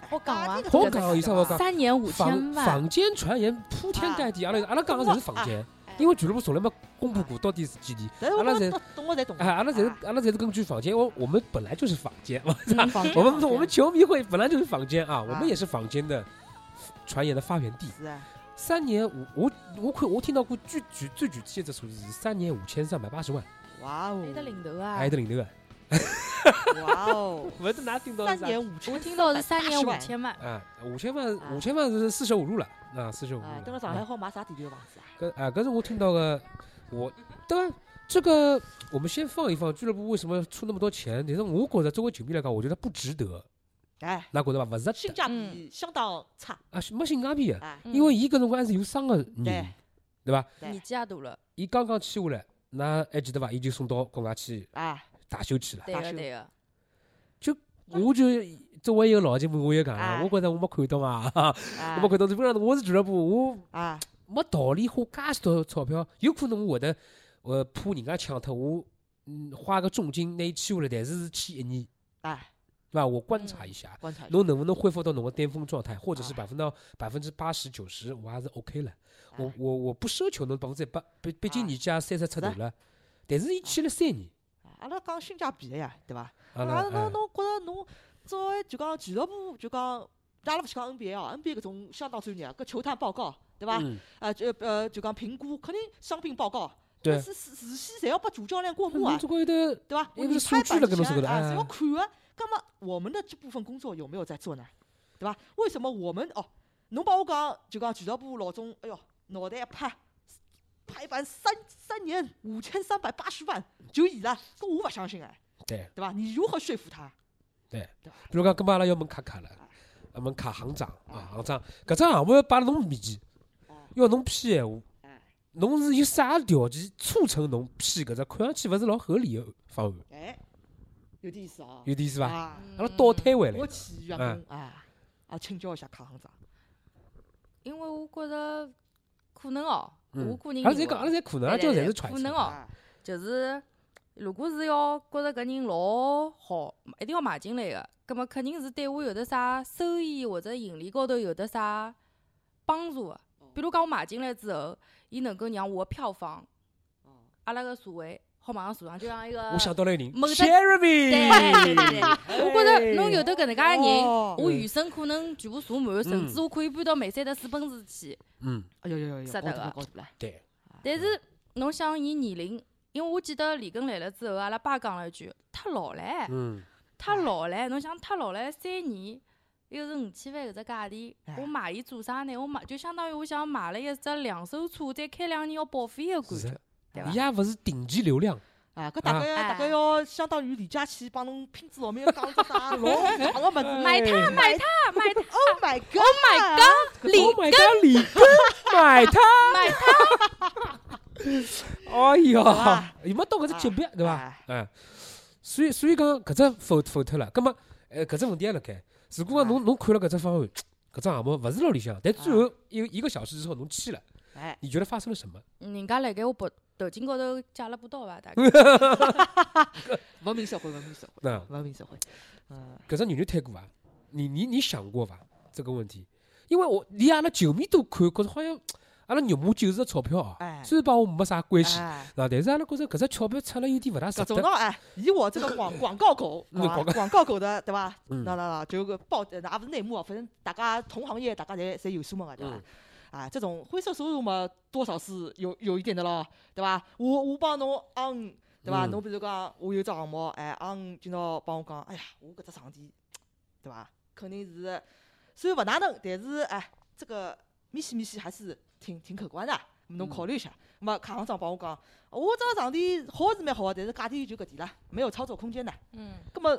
好讲啊这个好真的讲是有啥好讲三年五坊千万，坊间传言铺天盖地，阿拉阿拉讲个侪是坊间，因为俱乐部从来没公布过到底是几钿。但阿是我拉们侪懂懂我才懂。啊哎，阿拉侪是阿拉侪是根据坊间，我我们本来就是坊间，嗯房间我们房间我们球迷会本来就是坊间啊，我们也是坊间的传言的发源地。是啊，三年五，我我看我听到过最举最具体的数字是三年五千三百八十万，哇哦，埃得领头啊还！得领头啊！哇哦，我是哪听到 三啥？年五千，我听到是三年五千万，啊，五千万啊五千万是四舍五入了，啊，四舍五入哎了。，等了上海好买啥第六房子啊？搿啊，搿是我听到的，我对吧？这个我们先放一放，俱乐部为什么出那么多钱？但是我觉得作为球迷来讲，我觉得不值得，哎，哪觉得吧？勿值性得价比相当差，啊，是没性价比的，哎，嗯因为伊搿辰光还是有伤个对人，对伐？对年纪也大了，伊刚刚签下来，那还记得伐？伊就送到国外去哎，大修去了。对打个手对个，我就作为一个老节目，我也讲啊，哎我觉着我没看到啊，哎我没看到。基本上我是俱乐部，哎，我没道理花介许多钞票，有可能我会得呃怕人家抢脱我，嗯，花个重金拿伊签下来，但是是签一年， 哎，对伐？我观察一下，观察一下侬能不能恢复到侬个巅峰状态，或者是哎百分到百分之八十九十，我还是 OK 了。我哎我我不奢求侬百分之一百，毕毕竟哎人家三十出头了，但是伊签了三年，阿拉讲性价比的呀，对伐？阿拉啊，哎侬侬觉着侬作为就讲俱乐部就讲，阿拉勿去讲 NBA 哦，NBA 搿种相当专业，啊搿球探报告对伐？嗯啊，就呃就讲评估，肯定伤病报告，对搿是事事先侪要拨主教练过目侬啊，总归有得对伐？因为你数拍据了搿板之东西前搿搭啊是要哎看个，那么我们的这部分工作有没有在做呢？对伐？为什么我们哦，侬帮我讲就讲俱乐部老总，哎哟，脑袋一拍。拍板三三年五千三百八十万就伊了，搿我勿相信哎，对。对伐？你如何说服他？比如讲，搿么阿拉要问卡卡了，啊问卡行长啊，行长，搿桩项目要摆辣侬面前，嗯要侬批闲话哎，侬是有啥条件促成侬批搿只看上去勿是老合理个方哦案？哎，有点意思啊，有点意思伐？啊，嗯阿拉倒推回我来，去员嗯工啊啊，请教一下卡行长，因为我觉着可能哦，嗯我个人阿拉认侪讲，阿拉为侪可能，阿拉讲侪是揣可能测。哦啊就是，如果是要觉着搿人老好，一定要买进来个，葛么肯定是对我有得啥收益或者盈利高头有得啥帮助个。比如讲我买进来之后，伊能够让我的票房，阿拉个社会好马上坐上，就像一个我想到了一个人某只对对 对，Jeremy，对，我觉着侬有得搿能介个人，哦我余生可能全部坐满，甚哎嗯至我可以搬到梅赛德斯奔驰去。嗯，哎呦呦呦呦，是的高大了高大了，对，但是侬想伊年龄，因为我记得李根来了之后，阿拉爸讲了一句：“太老了，嗯，太老了。”侬想太老了，三年又是五千万搿只价钿哎，我买伊做啥呢？我买就相当于我想买了一只两手车，再开两年要保费个感是觉的，哎对伊伐？也勿是顶级流量，啊，搿大概要啊大概要相当于李佳琦帮侬拼子老命讲了啥 老长个么子买它，哎买它，买它， ，Oh my God，Oh my God，李 Oh my god，李根买它，买它。哎哟伐，伊没到搿只级别，对伐？伐？哎，所以所以讲搿只否否脱了，葛末呃搿只问题也辣盖。如果讲侬侬看了搿只方案，搿只项目勿是老理想，但最后一个一个小时之后侬去了，哎，你觉得发生了什么？人家辣盖我脖头颈高头借了把刀伐？大概嗯文明社会，文明社会，那文明社会，嗯，搿只牛牛推过伐？你你你想过伐？这个问题，因为我连阿拉球迷都看，觉着好像阿拉肉麻九十个钞票啊哎，虽然帮我没啥关系，哎，那但是阿拉觉着搿只钞票出了有点勿大值搿种得。喏哎，以我这个 广广告狗，嗯啊广告广告狗的对伐？ 嗯那那那就个报，呃也勿是内幕啊，反正大家同行业大家侪侪有所闻个对伐嗯？啊，这种灰色收入嘛，多少是有有一点的咯，对伐？我我帮侬啊，嗯对伐？嗯侬比如讲，我有只项目，哎，啊，嗯今朝帮我讲，哎呀，我搿只场地，对伐？肯定是虽然勿哪能，但是哎，这个咪西咪西还是挺挺可观的，侬考虑一下。嗯那么卡行长帮我讲， 我这个场地好是蛮好的，但是价钿就搿点了，没有操作空间的。嗯，那么，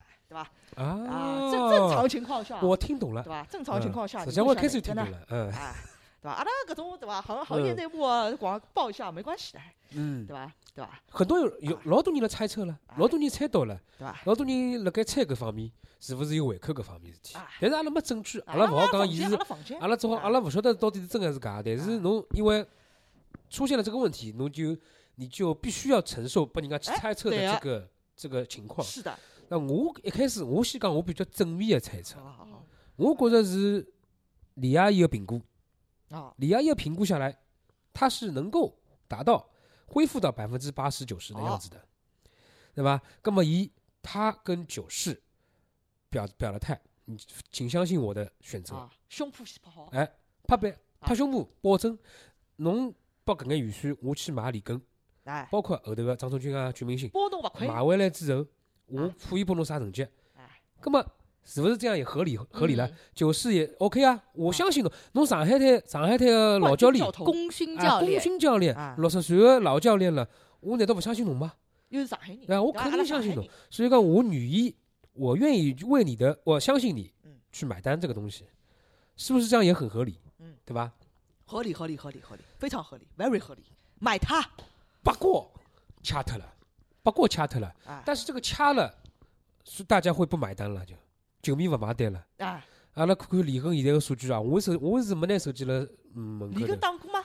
哎对伐？啊啊，正正常情况下，我听懂了对，伐？正常情况下，嗯你实际上会我想开始哪听个懂呢了，嗯啊，对伐？阿拉搿种对伐？行行业内幕啊，光报一下没关系的，嗯对，伐？对伐？很多有有老多人辣猜测了，老多人猜到了，对伐？老多人辣盖猜搿方面是勿是有胃口搿方面事体啊，但是阿拉没证据，啊阿拉勿好房讲伊间是阿拉房间，阿拉只好啊阿拉勿晓得到底是真还是假，但是啊侬因为出现了这个问题，侬就你就必须要承受被人家去哎猜测的对这啊个这个情况。是的，那我一开始我先讲我比较正面的猜测，好好好我觉着是李阿姨的评估，啊，李阿姨的评估下来，她是能够达到恢复到百分之八十九十的样子哦的，对吧？那么以她跟九世表表了态，你请相信我的选择。啊，胸脯先拍好，哎拍哦背拍胸脯，保证侬拨搿眼预算，我去买里根，哎，包括后头个张忠军啊、全明星，波动勿亏，买回来之后，我啊可以拨侬啥成绩哎？葛么是勿是这样也合理合理了嗯？九四也 OK 啊，我相信侬，侬上海滩上海滩个老教练，头功勋啊，教功练，勋教练啊，六十岁个老教练了，我难道勿相信侬吗？又是上海人，对啊我对吧肯阿拉定上相信海侬人所以讲，我愿意，我愿意为你的，我相信你嗯，去买单这个东西，是不是这样也很合理？嗯，对吧？合理合理合理合理，非常合理，very 合理，买它八卦掐特了，八卦掐特了，啊但是这个掐了，是大家会不买单了就，球迷勿买单了。啊！阿拉看看李根现在的数据啊，我手我是没拿手机了嗯门李口根的。打过吗？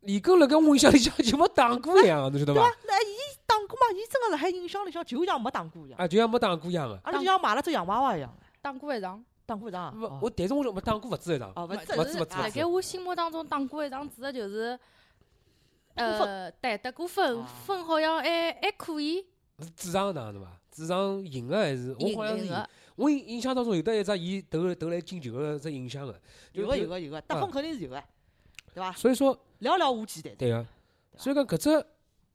李根辣盖我印象里向就没打过一样，侬啊晓得对伐伐？？那伊打过吗？伊真个辣海印象里向就像没打过一样，啊，就像没打过一样的。阿拉就像买了只洋娃娃一样，打过一场，打过一场啊。勿哦我但是我就没打过勿止一场。哦，勿没是勿只知是勿知辣勿知盖我心目当中打过一场，指的就是，呃，对，得过分啊，分好像还还可以，是主场打的伐？主场赢了还是？我赢好像赢是赢个。我印印象当中有得一只伊投投来进球的只印象的。啊就有个啊就有个有个，得分肯定是有个，对伐？所以说，寥寥无几，但是对个、啊所以讲搿只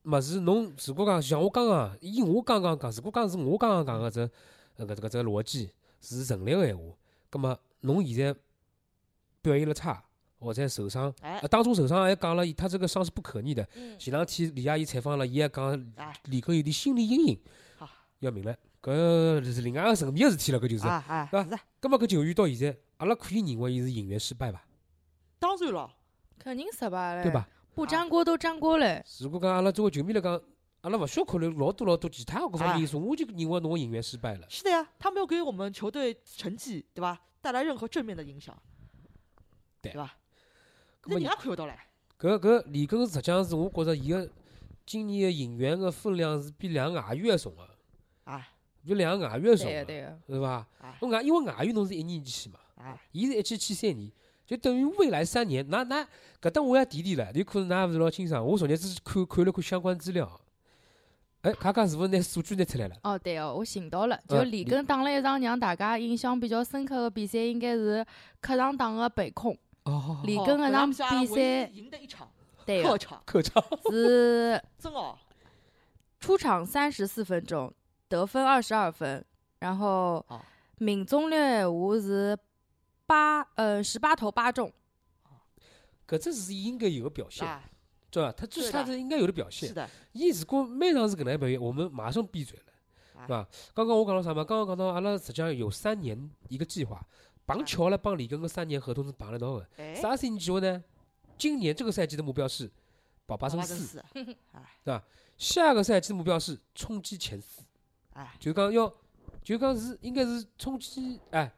物事，侬如果讲像我刚刚，以我刚刚讲，如果讲是我刚刚讲个只呃搿搿只逻辑是成立个闲话，葛末侬现在表现了差，或者受伤，哎呃，当初受伤还讲了，他这个伤是不可逆的。嗯，前两天李阿姨采访了，伊还讲哎李根有点心理阴影啊，要明了，搿是另外一个层面个事体了，搿就是。啊哎，对吧是的，葛末搿球员到现在，阿拉可以认为伊是引援失败伐？当然了，肯定失败了，对伐？？不粘锅都粘锅了，如果讲阿拉作为球迷来讲，阿拉勿需要考虑老多老多其他各啊方面因素，我就认为侬个引援失败了。是的呀，他没有给我们球队成绩，对伐？带来任何正面的影响，对对伐？那那么人家看不到嘞，搿搿李根实际上是我觉着伊个今年个引援个分量是比两个外援还重个，啊比两个外援还重对个，个对个，是伐？啊侬外因为外援侬是一年签嘛，啊！伊是一签签三年，就等于未来三年，那那搿搭我也提提了，有可能㑚勿是老清爽，我昨日子看看了看相关资料，哎，卡卡是勿是拿数据拿出来了？哦对哦，我寻到了，就呃里你根打了一场让大家印象比较深刻的比赛，应该是客场打个北 控，哦，里根搿搿场场比赛，赢得一场对哦客个场，口罩，是真哦，出场三十四分钟，得分二十二分，然后哦命中率我是八呃十八投八中，搿只是伊应该有个表现，啊，对伐？他这是对他的的应该有的表现是。的，伊如果每场是搿能样表现，我们马上闭嘴了，啊是吧？刚刚我讲到啥嘛？刚刚讲到阿拉实际上有三年一个计划，绑巧了帮李根搿三年合同是绑了一道个。哎，啥事情计划呢？今年这个赛季的目标是保八八争八四，四，下个赛季的目标是冲击前四，哎，就讲要，就讲是应该是冲击哎，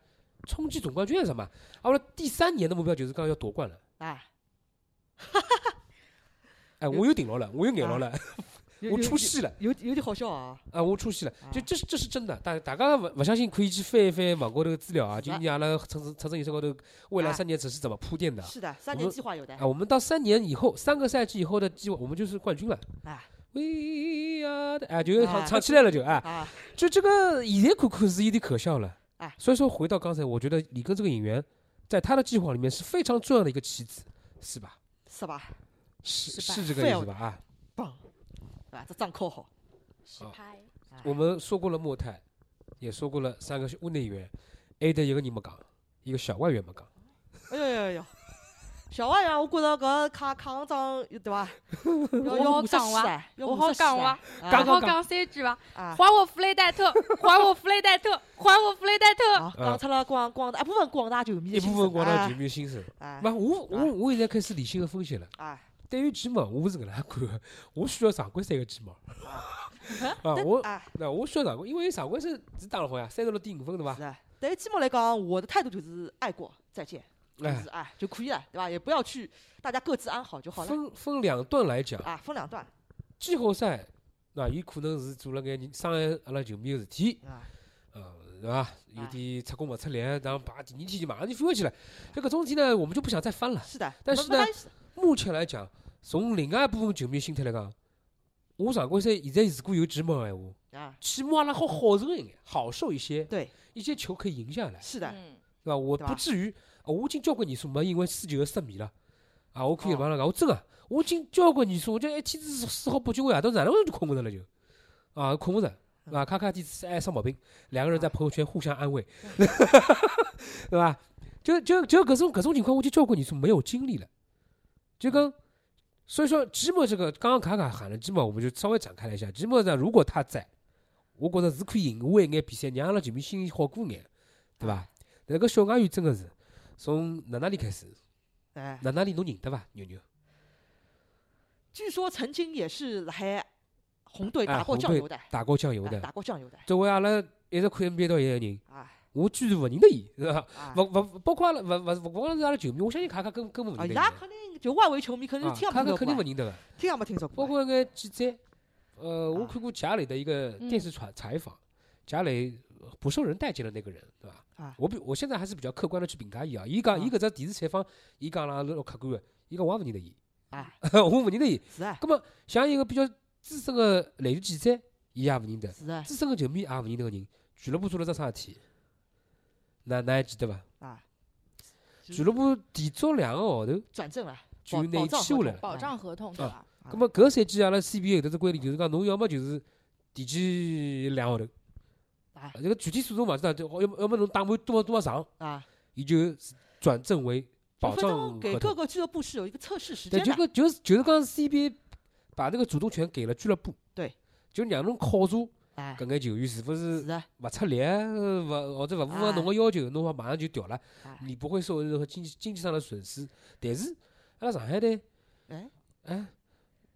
冲击总冠军还是什么？阿拉第三年的目标就是讲要夺冠了。哎，哎，我又顶牢了，我又眼牢了，有我有出戏了。有有点好笑啊，啊，我出戏了，就啊这是这是真的，大大家勿勿相信可以去翻一翻网高头的资料啊，是今的年阿拉财政财政预算高头未来啊三年只是怎么铺垫的是的，三我年们计划有的啊，，我们到三年以后，三个赛季以后的计划，我们就是冠军了。啊 We are the- 哎，就唱啊唱起来了就哎，啊，就这个现在看看是有点可笑了啊。所以说回到刚才，我觉得李根这个演员，在他的计划里面是非常重要的一个棋子，是吧？是吧？是是吧是这个意思 Failed 吧？啊，棒，对吧？这账扣好，实哦拍哎我们说过了莫泰，也说过了三个屋内援，A 的一个人没讲，一个小外援没讲。哎呦呦呦！小王呀，我觉着搿卡卡上张对 伐？要我好要五十讲哇起来，要我五好十起讲来哇，啊刚刚讲好讲三句伐？啊！还我弗雷戴特，还我弗雷戴特，还我弗雷戴特。啊，讲出了广广大一部分广大球迷的一部分广大球迷心声。哎勿，我啊我我现在开始理性的分析了。哎，对于剑网，我是搿能介看的，我需要常规赛个剑网。 啊，对我哎那我需要常规，因为常规赛是打了好呀，三十六点五分对伐是？啊。 对于基本来讲，我的态度就是爱过再见，就哎是哎就可以了，对吧？也不要去，大家各自安好就好了。分分两段来讲，啊，分两段季后赛，那伊可能是做了眼人伤害阿拉球迷个事体，啊，呃，对伐？有点出工勿出力，然后把第二天就马上就翻回去了。就搿种事体呢，我们就不想再翻了。是的。但没是没呢关系目前来讲，从另外一部分球迷心态来讲，我常规赛现在如果有几毛闲话，啊，起码阿拉好好受一眼，好受一些，对，一些球可以赢下来，是的，嗯，对伐？我对不吧至于，呃我已经交关年数没因为输球而失眠了。啊，我可以哦马上讲，我真个，我已经交关年数，我就一天子四好八九个夜到，哪能就困勿着了就，啊，困勿着，嗯啊，咔咔天子爱生毛病，两个人在朋友圈互相安慰，对伐？就就就搿种搿种情况，我就交关年数没有经历了，就讲，所以说寂寞这个，刚刚卡卡喊了寂寞，我们就稍微展开了一下，寂寞呢，如果他在，我觉着是可以赢下一眼比赛，让阿拉球迷心里好过眼，对伐？但搿小外援真个是从哪哪里开始？哎，哪哪里侬认得伐？牛牛，据说曾经也是来红队哎打过红酱队油的，打过酱油哎的，打过酱油的，作为阿拉一直看 NBA 到现在的人，啊我居然勿认得伊，是伐？啊勿勿包括阿拉勿勿勿光是阿拉球迷，我相信卡卡根根本勿啊，认得伊伊拉的。肯定就外围球迷可能啊，是听也卡没卡听肯到定勿过认啊，得个，听也没听说过包啊。括那个记者，呃，我啊嗯看过贾磊的一个电视采采访，贾磊呃不受人待见的那个人，对伐？啊我比我现在还是比较客观的去评价伊啊，伊讲伊啊搿只电视采访，伊讲了老客观个，伊讲我也勿认得伊，啊， 我勿认得伊。是啊，葛么像一个比较资深个篮球记者，伊也勿认得。是啊，资深个球迷也勿认得个人，俱乐部做了桩啥事体？㑚㑚还记得伐？啊，是俱乐部提早两个号头转正了，就内保障签下合同来了。保障合同对吧？啊葛么搿赛季阿拉 CBA 有得只规定，就是讲侬要么就是提前两个号头，啊这个具体诉讼勿知道，就要么要么侬打满多少多少场，啊，伊就转正为保分分障钟给合各同。个俱乐部是有一个测试时对，间就搿的，就是就是讲 CBA 把这个主动权给了俱乐部，对，就让侬考察哎，搿眼球员是勿是是啊，勿出力，呃勿或者勿符合哎侬个要求，侬马上就调了哎，你不会受任何经济经济上的损失。但是阿拉上海队，哎，哎，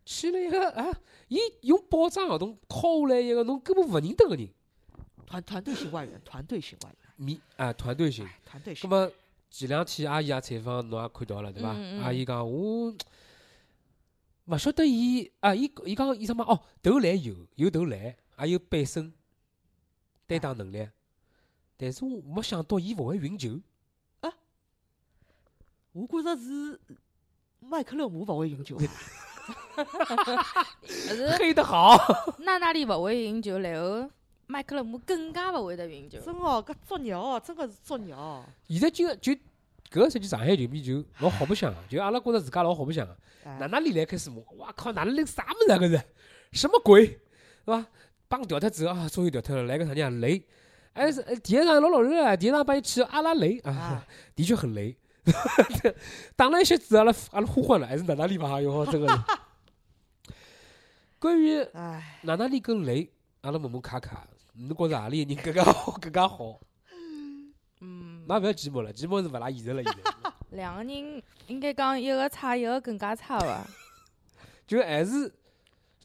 签了一个啊，伊用保障合同敲下来一个侬根本勿认得个人，团团队型外援，团队型外援，米啊团队型。哎，团队 葛型，么前两天阿姨也采访侬也看到了对伐嗯嗯？嗯阿姨讲我。勿晓得伊啊，伊伊讲伊什么哦，投篮有有投篮，还有背身，单打能力，但是我没想到伊勿会运球，我觉着是麦克勒姆勿会赢球啊，可是黑得好。娜娜里勿会赢球，然后麦克勒姆更加勿会得赢球。真哦，搿作孽哦，真个是作孽哦，现在今个就搿个赛季上海球迷就老好白相啊，就阿拉觉着自家老好白相啊。哎哪哪里来开始骂，哇靠，哪里来啥物事啊？搿是什么鬼，是伐？帮调脱之后啊，终于调脱了，来个啥人啊？雷，哎是哎第一场老老热啊，第一场帮伊起阿拉雷啊啊，的确很雷。 打了一些子，阿拉阿拉呼唤了，还是哪哪里吧？哟，这个人。 关于 哎，哪哪里跟雷，阿拉问问卡卡，侬觉着何里个人更加好，更加好？嗯，那勿要寂寞了，寂寞是勿拉现实了，现在。两个人应该讲一个差，一个更加差吧。就还是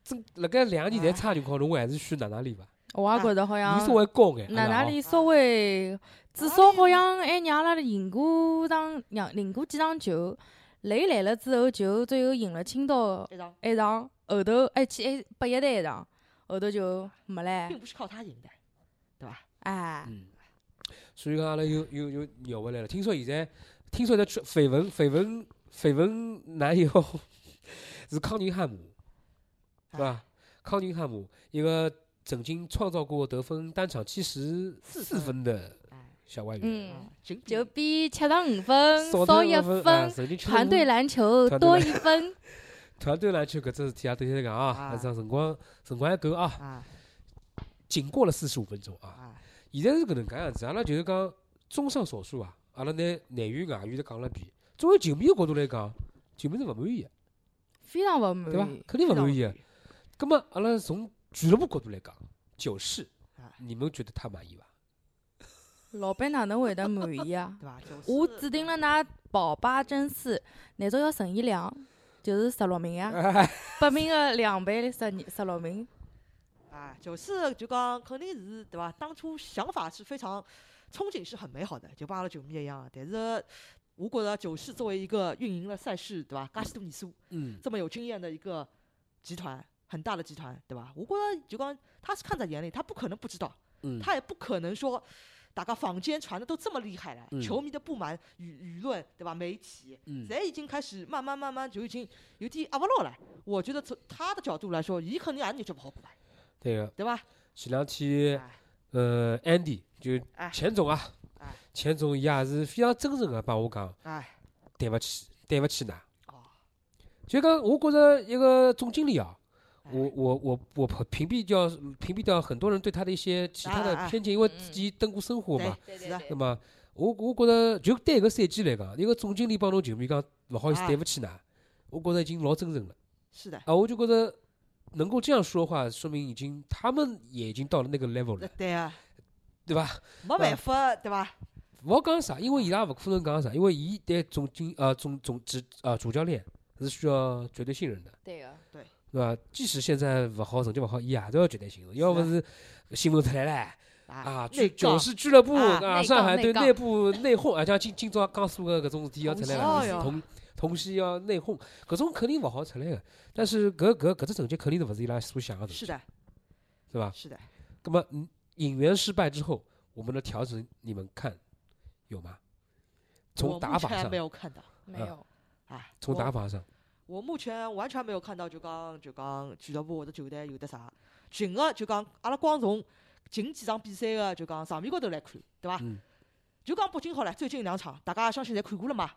真辣盖两个人侪差的情况，侬还是选哪哪里吧？ 我也觉得好像你稍微高眼，哪哪阿拉哦里稍微，至少好像哎还让阿拉赢过场，让赢过几场球。雷来了之后，就最后赢了青岛队长一场，后头还去还八一队一场，后头就没并嘞。不是靠他赢的，对伐？ 哎，嗯，所以讲阿拉又又又绕回来了。听说现在，听说在传绯闻绯闻绯闻男友是康宁汉姆，是吧？康宁汉姆一个曾经创造过得分单场七十四分的哎，小外援，嗯，啊，仅比就比七十五分少少一分，啊分，哎曾经团队篮球团队多篮一分。团队篮球搿只事体啊，对先讲啊，啊还是辰光辰光还够啊，啊仅过了四十五分钟啊。啊，现在是搿能介样子，阿拉就是讲综上所述啊，阿拉拿内容外语侪讲了一遍。作为球迷个角度来讲，球迷是勿满意个，非常勿满对伐嗯意？，肯定勿满意啊个。葛末阿拉从俱乐部角度来讲，九世啊，你们觉得他满意伐？老板哪能会得满意 啊？对伐？就是我指定了㑚宝爸真丝，难道要乘以两，就是十六名哎呀？八名的两倍，十二十六名。啊，就是就讲肯定是对伐？当初想法是非常憧憬，是很美好的，就帮阿拉球迷一样。但是我觉着九世作为一个运营了赛事对伐，噶许多年数 嗯，这么有经验的一个集团，很大的集团对伐？我觉着就讲他是看在眼里，他不可能不知道，嗯他也不可能说。大家坊间传的都这么厉害了，嗯球迷的不满舆舆论，对伐？媒体，嗯侪已经开始慢慢慢慢就已经有点压不牢了。我觉得从他的角度来说，伊肯定也是日脚不好过了，对个。对伐？前两天哎，呃，Andy 就哎钱总啊哎，钱总伊也是非常真诚个帮我讲，哎，对勿起，对勿起㑚。哦，就讲我觉着一个总经理啊，哎我我我我屏蔽掉屏蔽掉很多人对他的一些其他啊啊的啊偏见，因为嗯自己蹲过生活嘛。对对对那么我我觉着就对一个赛季来讲，一个总经理帮侬球迷讲勿好意思啊对勿起㑚，我觉着已经老真诚了。是的，啊，我就觉着能够这样说话，说明已经他们也已经到了那个 level 呃了， 对啊，对吧？没办法，对吧？勿好讲啥，因为伊拉勿可能讲啥，因为伊对总经呃总总指呃主教练是需要绝对信任的，对个，对伐？即使现在勿好，成绩勿好，伊也都要绝对信任，要勿啊是新闻出来了。啊，俱内杠九，市俱乐部啊啊，内上杠海内队杠内部内讧啊，像今今朝江苏个搿种事体要出来同系了，哦同同西要内讧，搿种肯定勿好出来个。但是搿搿搿只成绩肯定是勿是伊拉所想个成绩是，的，对伐？是的，葛么嗯引援失败之后，我们的调整你们看有吗？我从目打法前上没，有看到没啊有。啊，从打我法上，我目前完全没有看到，就讲就讲俱乐部或者球队有的啥，寻个就讲阿拉光从近几场比赛个就讲场面高头来看，对伐嗯？就讲北京好了，最近两场大家相信侪看过 了嘛，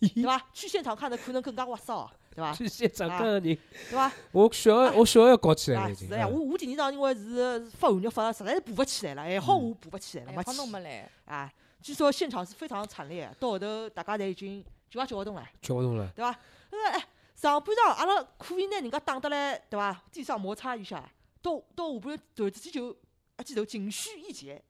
对伐？去现场看的可能更加划算哦，对伐？去现场看个人，对伐？我小啊学我小学要搞起来啊，了已是经。的呀，嗯我我今年场因为是发寒热发，实在是补勿起来了，哎还好嗯我补勿起来了，还没哎好去弄没来，啊，据说现场是非常惨烈，到后头大家侪已经九啊九勿动了。叫不动了，哎上半场阿拉可以拿人家打得来，对伐？地上摩擦一下，到到下半场突然之间就一记头仅需一劫，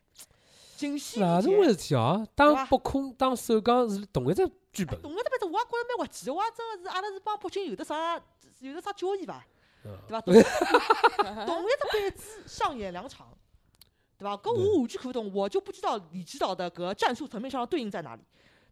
仅需哪一能回劫。事体啊？对吧啊当北控当首钢是同一只剧本，懂了这边子，我也觉着蛮滑稽，我也真个是阿拉是帮北京有的啥有的啥交易伐？嗯 对伐？同同一只班子上演两场，对伐？搿我无去可懂，我就不知道李指导的搿战术层面上的对应在哪里，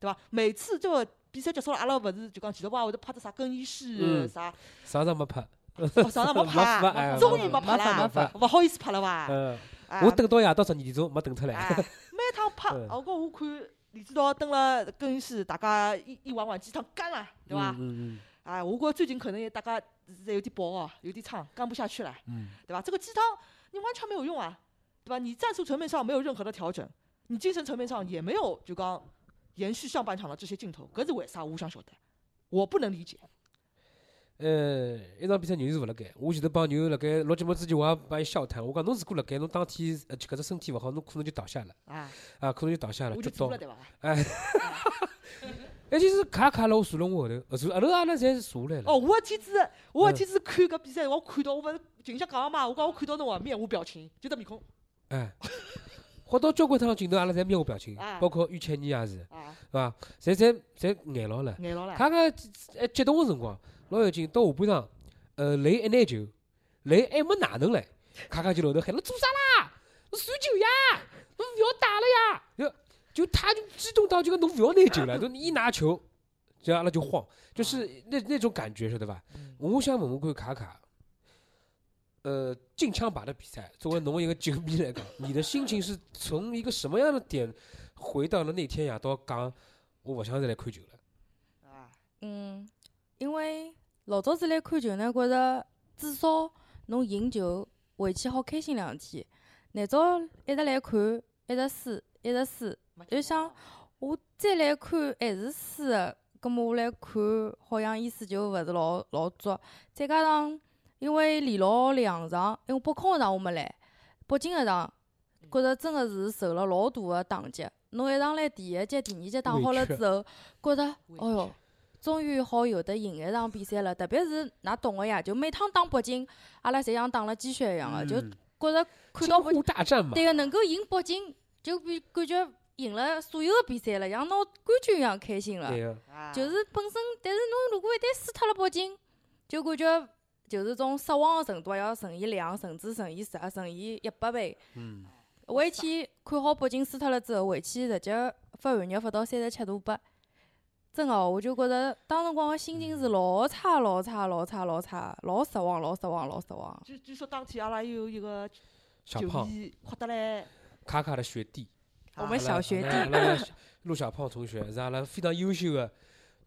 对伐？每次这个比赛结束了，阿拉勿是就讲前头帮会得拍只啥更衣室嗯啥，啥啥没拍。哦上上没 拍没拍啊，终于哎没拍没拍啦没拍，勿好意思拍了伐？嗯，哎我等到夜到十二点钟没等出来哎。每趟拍，嗯我讲我看李指导蹲了更衣室，大家一一碗碗鸡汤干了，对伐？ 嗯嗯哎，我觉最近可能也大家是有点饱哦，有点撑，干不下去了，嗯对伐？这个鸡汤你完全没有用啊，对伐？你战术层面上没有任何的调整，你精神层面上也没有就讲延续上半场的这些镜头，搿是为啥？我想晓得，我不能理解。嗯。呃，一场比赛牛是勿辣盖，我前头帮牛辣盖录节目之前，我也帮伊笑谈，我讲侬如果辣盖，侬当天呃搿只身体勿好，侬可能就倒下了，啊，啊，可能就倒下了，我跌就做倒了。对伐？哎，就是卡卡了，我坐了我后头，呃坐后头阿拉侪坐下来了。哦，我的天嗯子，我的天子看搿比赛，我看到我勿是群像讲了嘛，我讲我看到侬啊，面无表情，就这面孔哎， 花到交关趟镜头，阿拉侪面无表情啊，包括于倩妮也是，是啊，伐？侪侪侪眼牢了。眼牢了。卡卡哎激动个辰光，老有劲，到下半场，呃，雷一拿球，雷还没哪能嘞，卡卡就老头喊：“侬做啥啦？侬传球呀！侬勿要打了呀！”就就他就激动到就讲侬勿要拿球了，就一拿球，就阿拉就慌，就是那那种感觉，晓得伐？嗯我想问问看卡卡，呃，近腔把的比赛，作为侬一个球迷来讲，你的心情是从一个什么样的点回到了那天夜到讲，我勿想再来看球了。啊，嗯，因为老早子来看球呢，觉着至少侬赢球回去好开心两天。难早一直来看，一直输，一直输，就想我再来看还是输的，葛末我来看好像意思就勿是老老足，再加上因为连牢两场，因为北控一场我没来，北京一场，嗯觉着真个是受了老大个打击。侬一上来第一节、第二节打好了委屈之后，觉着委哦哟屈，终于好有得赢一场比赛了。特别是㑚懂个呀，就每趟打北京，阿拉侪像打了鸡血一样个、就嗯觉着看京到北沪大战嘛，对个，能够赢北京，就比感觉赢了所有的比赛了，像拿冠军一样开心了。对个，啊就是本身，但是侬如果一旦输脱了北京，就感觉就是种失望的程度要乘以两，甚至乘以十，乘以一百倍。嗯，我一天看好北京输脱了之后，回去直接发寒热发到三十七度八，真的哦，我就觉着当辰光的心情是老差老差老差老差，老失望老失望老失望。据据说当天阿拉有一个小球胖迷哭得来，卡卡的学弟，我啊们阿拉小学阿拉阿拉陆小胖同学是阿拉非常优秀的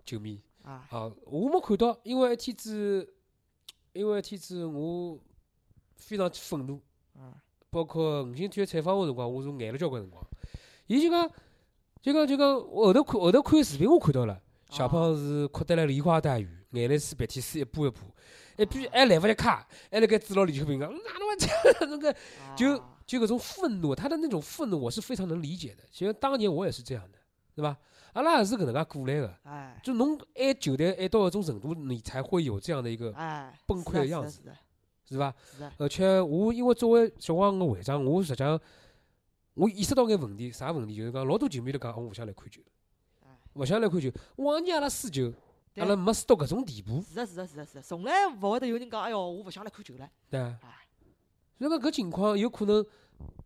球迷啊，啊！我没看到，因为一天子，因为一天子我非常愤怒，嗯包括五星体育采访我辰光，我是眼了交关辰光。伊就讲，就讲就讲，我后头看后头看视频，我看到了，小胖是哭得来梨花带雨，眼泪水鼻涕水一步一步，一边还来不及卡，还辣盖指牢李秋平讲，哪能会这样？那个就啊就各种愤怒，他的那种愤怒，我是非常能理解的。其实当年我也是这样的，对吧？阿拉也是搿能介过来的，哎就侬爱球队爱到一种程度，你才会有这样的一个，哎崩是溃的的是样的子是的是吧？是的，而且我因为作为小光个会长，我实际上我意识到眼问题，啥问题？就是讲老多球迷都讲，哦我勿想来看球哎，勿想来看球。往年阿拉输球，对阿拉没输到搿种地步，是的是的是的是的，从来勿会得有人讲，哎哟，我勿想来看球了，对伐哎？所以讲搿情况有可能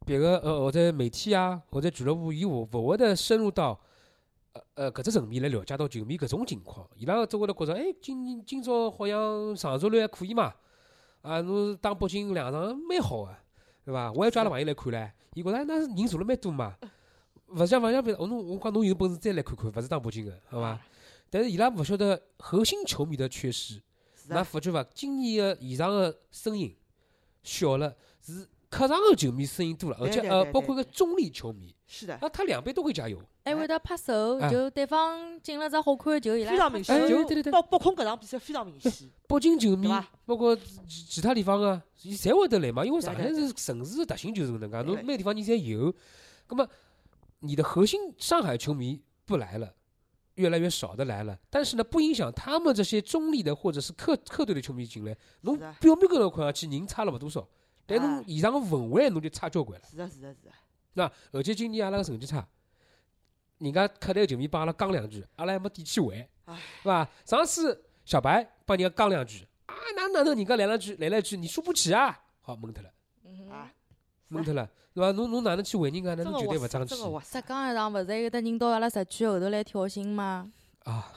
别个呃或者媒体啊或者俱乐部，伊勿勿会得深入到。呃呃，搿只层面来了解到球迷搿种情况，伊拉只会得觉着，哎，今今朝好像上座率还可以嘛，啊，侬打北京两场蛮好个、啊对伐？我还叫阿拉朋友来看唻，伊觉着哎那人坐了蛮多嘛，勿想勿想别，我哦侬我讲侬有本事再来看看，勿是打北京个，好啊伐？但是伊拉勿晓得核心球迷的缺失，是㑚的，发觉伐？今年个现场个声音小了，是客场个球迷声音多了，而且对对呃，对包对括个中立球迷，是的，啊，他两边都会加油，还会得拍手哎，就对方进了只好看的球，伊拉非常明拍手哎显，对对就对到北控搿场比赛非常明显，北京球迷对伐，包括其其他地方啊，伊侪会得来嘛，因为对上对海是城市的特性就是搿能介，侬对每个地方人侪有。葛么，你的核心上海球迷不来了，越来越少的来了，但是呢，不影响他们这些中立的或者是客客队的球迷进来。侬是的表面高头看上去人差了勿多少，但侬哎现场个氛围侬就差交关了。是的是的是的，啊那而且今年阿拉个成绩差，人家客队球迷帮阿拉讲两句，阿拉还没底气回，唉是吧？上次小白帮人家讲两句，啊，哪哪能人家来两句来两句，你输不起啊？好，懵脱了，嗯哼啊，是懵的脱了，是吧？侬侬哪能去回人家呢？真侬个绝对活勿争塞，气真个活塞浙，江一场勿是有得人到阿拉社区后头来挑衅吗？啊！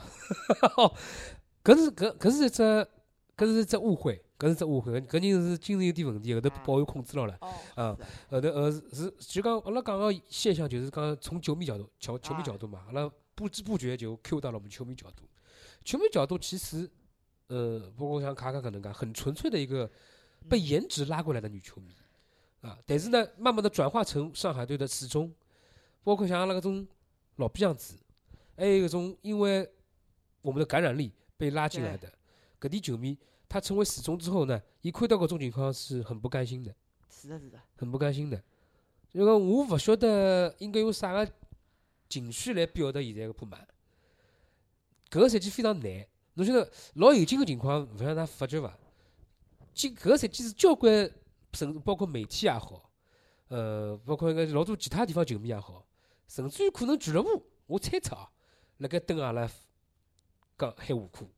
搿是搿搿是一只搿是一只误会，搿是一只误会，搿人是精神有点问题，后头被啊保安控制牢了。哦，啊是的，后头呃是是就讲阿拉讲个现象，就是讲从球迷角度，球球迷啊角度嘛，阿拉不知不觉就 Q 到了我们球迷角度。球迷角度其实，呃，包括像卡卡可能讲，很纯粹的一个被颜值拉过来的女球迷啊，但是呢，慢慢的转化成上海队的时钟，包括像阿拉搿种老逼样子，还有搿种因为我们的感染力被拉进来的搿点球迷，他成为死忠之后呢，一看到搿种情况是很不甘心的。是的是的，很不甘心的。就讲我勿晓得应该用啥个情绪来表达现在个不满。搿个赛季非常难，侬晓得老有劲个情况，勿晓得㑚发觉伐？今搿个赛季是交关，甚至包括媒体也好，呃，包括应该老多其他地方球迷也好，甚至于可能俱乐部，我猜测啊，辣盖蹲阿拉讲喊苦苦。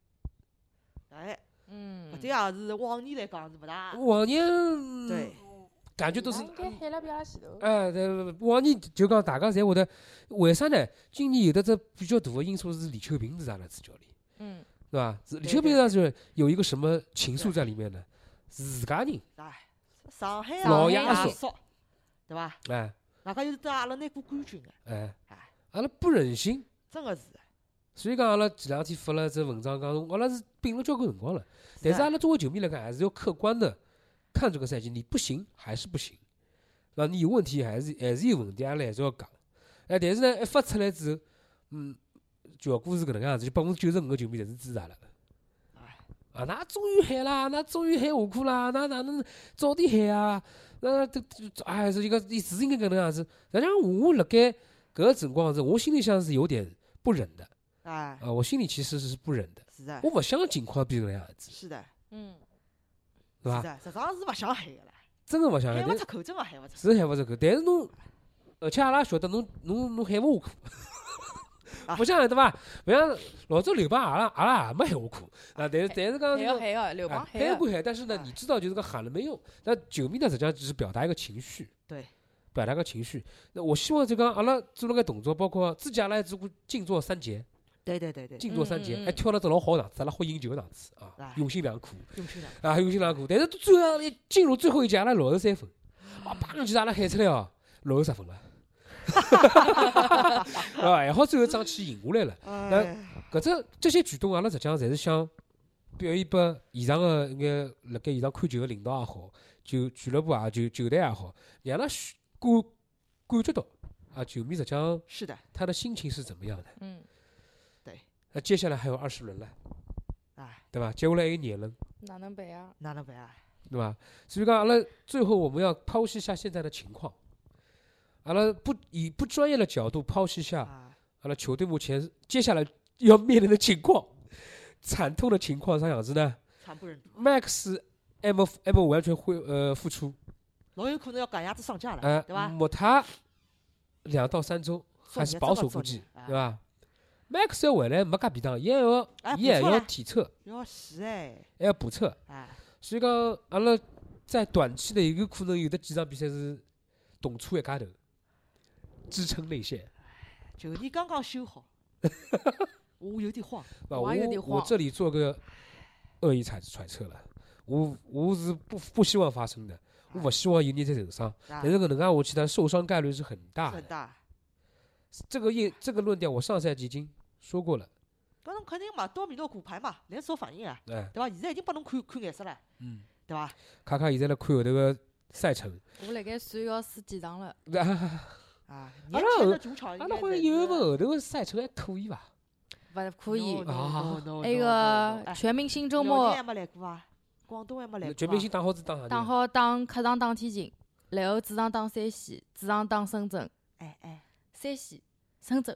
哎，嗯，搿点也是往年来讲是勿大，往年对，感啊觉都是啊嗯应该喊了比阿拉前头。哎，对，往年就讲大家侪会得，为啥呢？今年有的只比较大的因素是李秋平是阿拉主教练，嗯，对伐？是李对秋平对上是有一个什么情愫在里面呢？是自家人，哎，上海老啊亚大索叔，对伐？哎外加又是得阿拉拿过冠军个，哎哎，阿拉不忍心，真个是的，所以讲阿拉前两天发了只文章，讲阿拉是摒了交关辰光了，但的是阿拉啊作为球迷来讲，还是要客观的看这个赛季，你不行还是不行，对伐？你有问题还是还是有问题，阿拉还是要讲。哎，但是呢，一发出来之后，嗯，效果是搿能介样子，就百分之九十五个球迷侪是支持阿拉的。啊，那终于喊啦，那终于喊下课啦，那哪能早点喊啊？那这这，哎，是一个是应该搿能样子。实际上，我辣盖搿个辰光是，我心里向是有点不忍的。哎，啊，我心里其实是不忍的，是的我，不想情况变成那样子，是的，嗯，对是伐？的，实际上是勿想喊个啦，真的不想喊喊，勿但出口，真个喊勿出口，是是喊勿出口。但是侬而且阿拉晓得侬侬侬喊我下课，啊不像对伐？勿像老早刘邦阿拉阿拉也没喊我下课啊，但是但是讲还是要讲还要刘邦哎还喊要啊归喊，但是呢，你知道就是个喊了没用。那球迷呢，实际上只是表达一个情绪，对，表达个情绪。那我希望就讲阿拉做了个动作，包括自己阿拉还做过静坐三节，对对对对，静坐三节嗯嗯，嗯还挑了只老好场次，阿拉好赢球的场次啊哎，用心良苦用去了。啊，用心良苦。但是最后阿拉一进入最后一节，阿拉六十三分，啊，啪进去阿拉喊出来哦，六十分了。 啊，还好最后一仗去赢下来了。哎，搿只这些举动，啊阿拉实际上侪是想表现拨现场个一眼辣盖现场看球个领导也好，球俱乐部也好，球球队也好，让阿拉嘘感感觉到啊，球迷实际上是的，他的心情是怎么样的。嗯，那接下来还有二十轮了，哎，对伐？接下来还有廿轮，哪能办啊？哪能办啊？对伐？所以讲，阿拉最后我们要剖析一下现在的情况，阿拉不以不专业的角度剖析一下啊，阿拉球队目前接下来要面临的情况，惨痛的情况啥样子呢？惨不忍睹， Max M M 完全恢呃复出，老有可能要赶鸭子上架了，呃，对吧？莫他两到三周还是保守估计，对对吧？吧？Max 要回来没噶便当，也要哎伊还补错要了体测，要死哎，还要补测，哎，所以讲阿拉在短期内有可能有的几场比赛是动车一家头，支撑内线，球衣刚刚修好，我有点慌。对吧？我也有点我我慌这里做个恶意揣揣测了，我我是不不希望发生啊的，我不希望有人在受伤，啊但是搿能介下去，他受伤概率是很大的很。大，这个业这个论调，我上赛季已经说过了，搿侬肯定嘛，多米诺骨牌嘛，连锁反应啊，哎，对伐？现在已经帮侬看看眼色了，嗯，对伐？卡卡现在来看后头个赛程，我辣盖算要输几场了，阿啊，阿拉年前后的主场应拉该啊好像在有一是份后头个赛程还可以吧？勿可以。 No, no, 啊 no, no, no, 那 no, no. 个哎全明星周辽宁末还没来过啊，广东还没来过啊。全明星打好子打啥打呢？好打客场打天津，然后主场打山西，主场打深圳，哎哎，山西、深圳，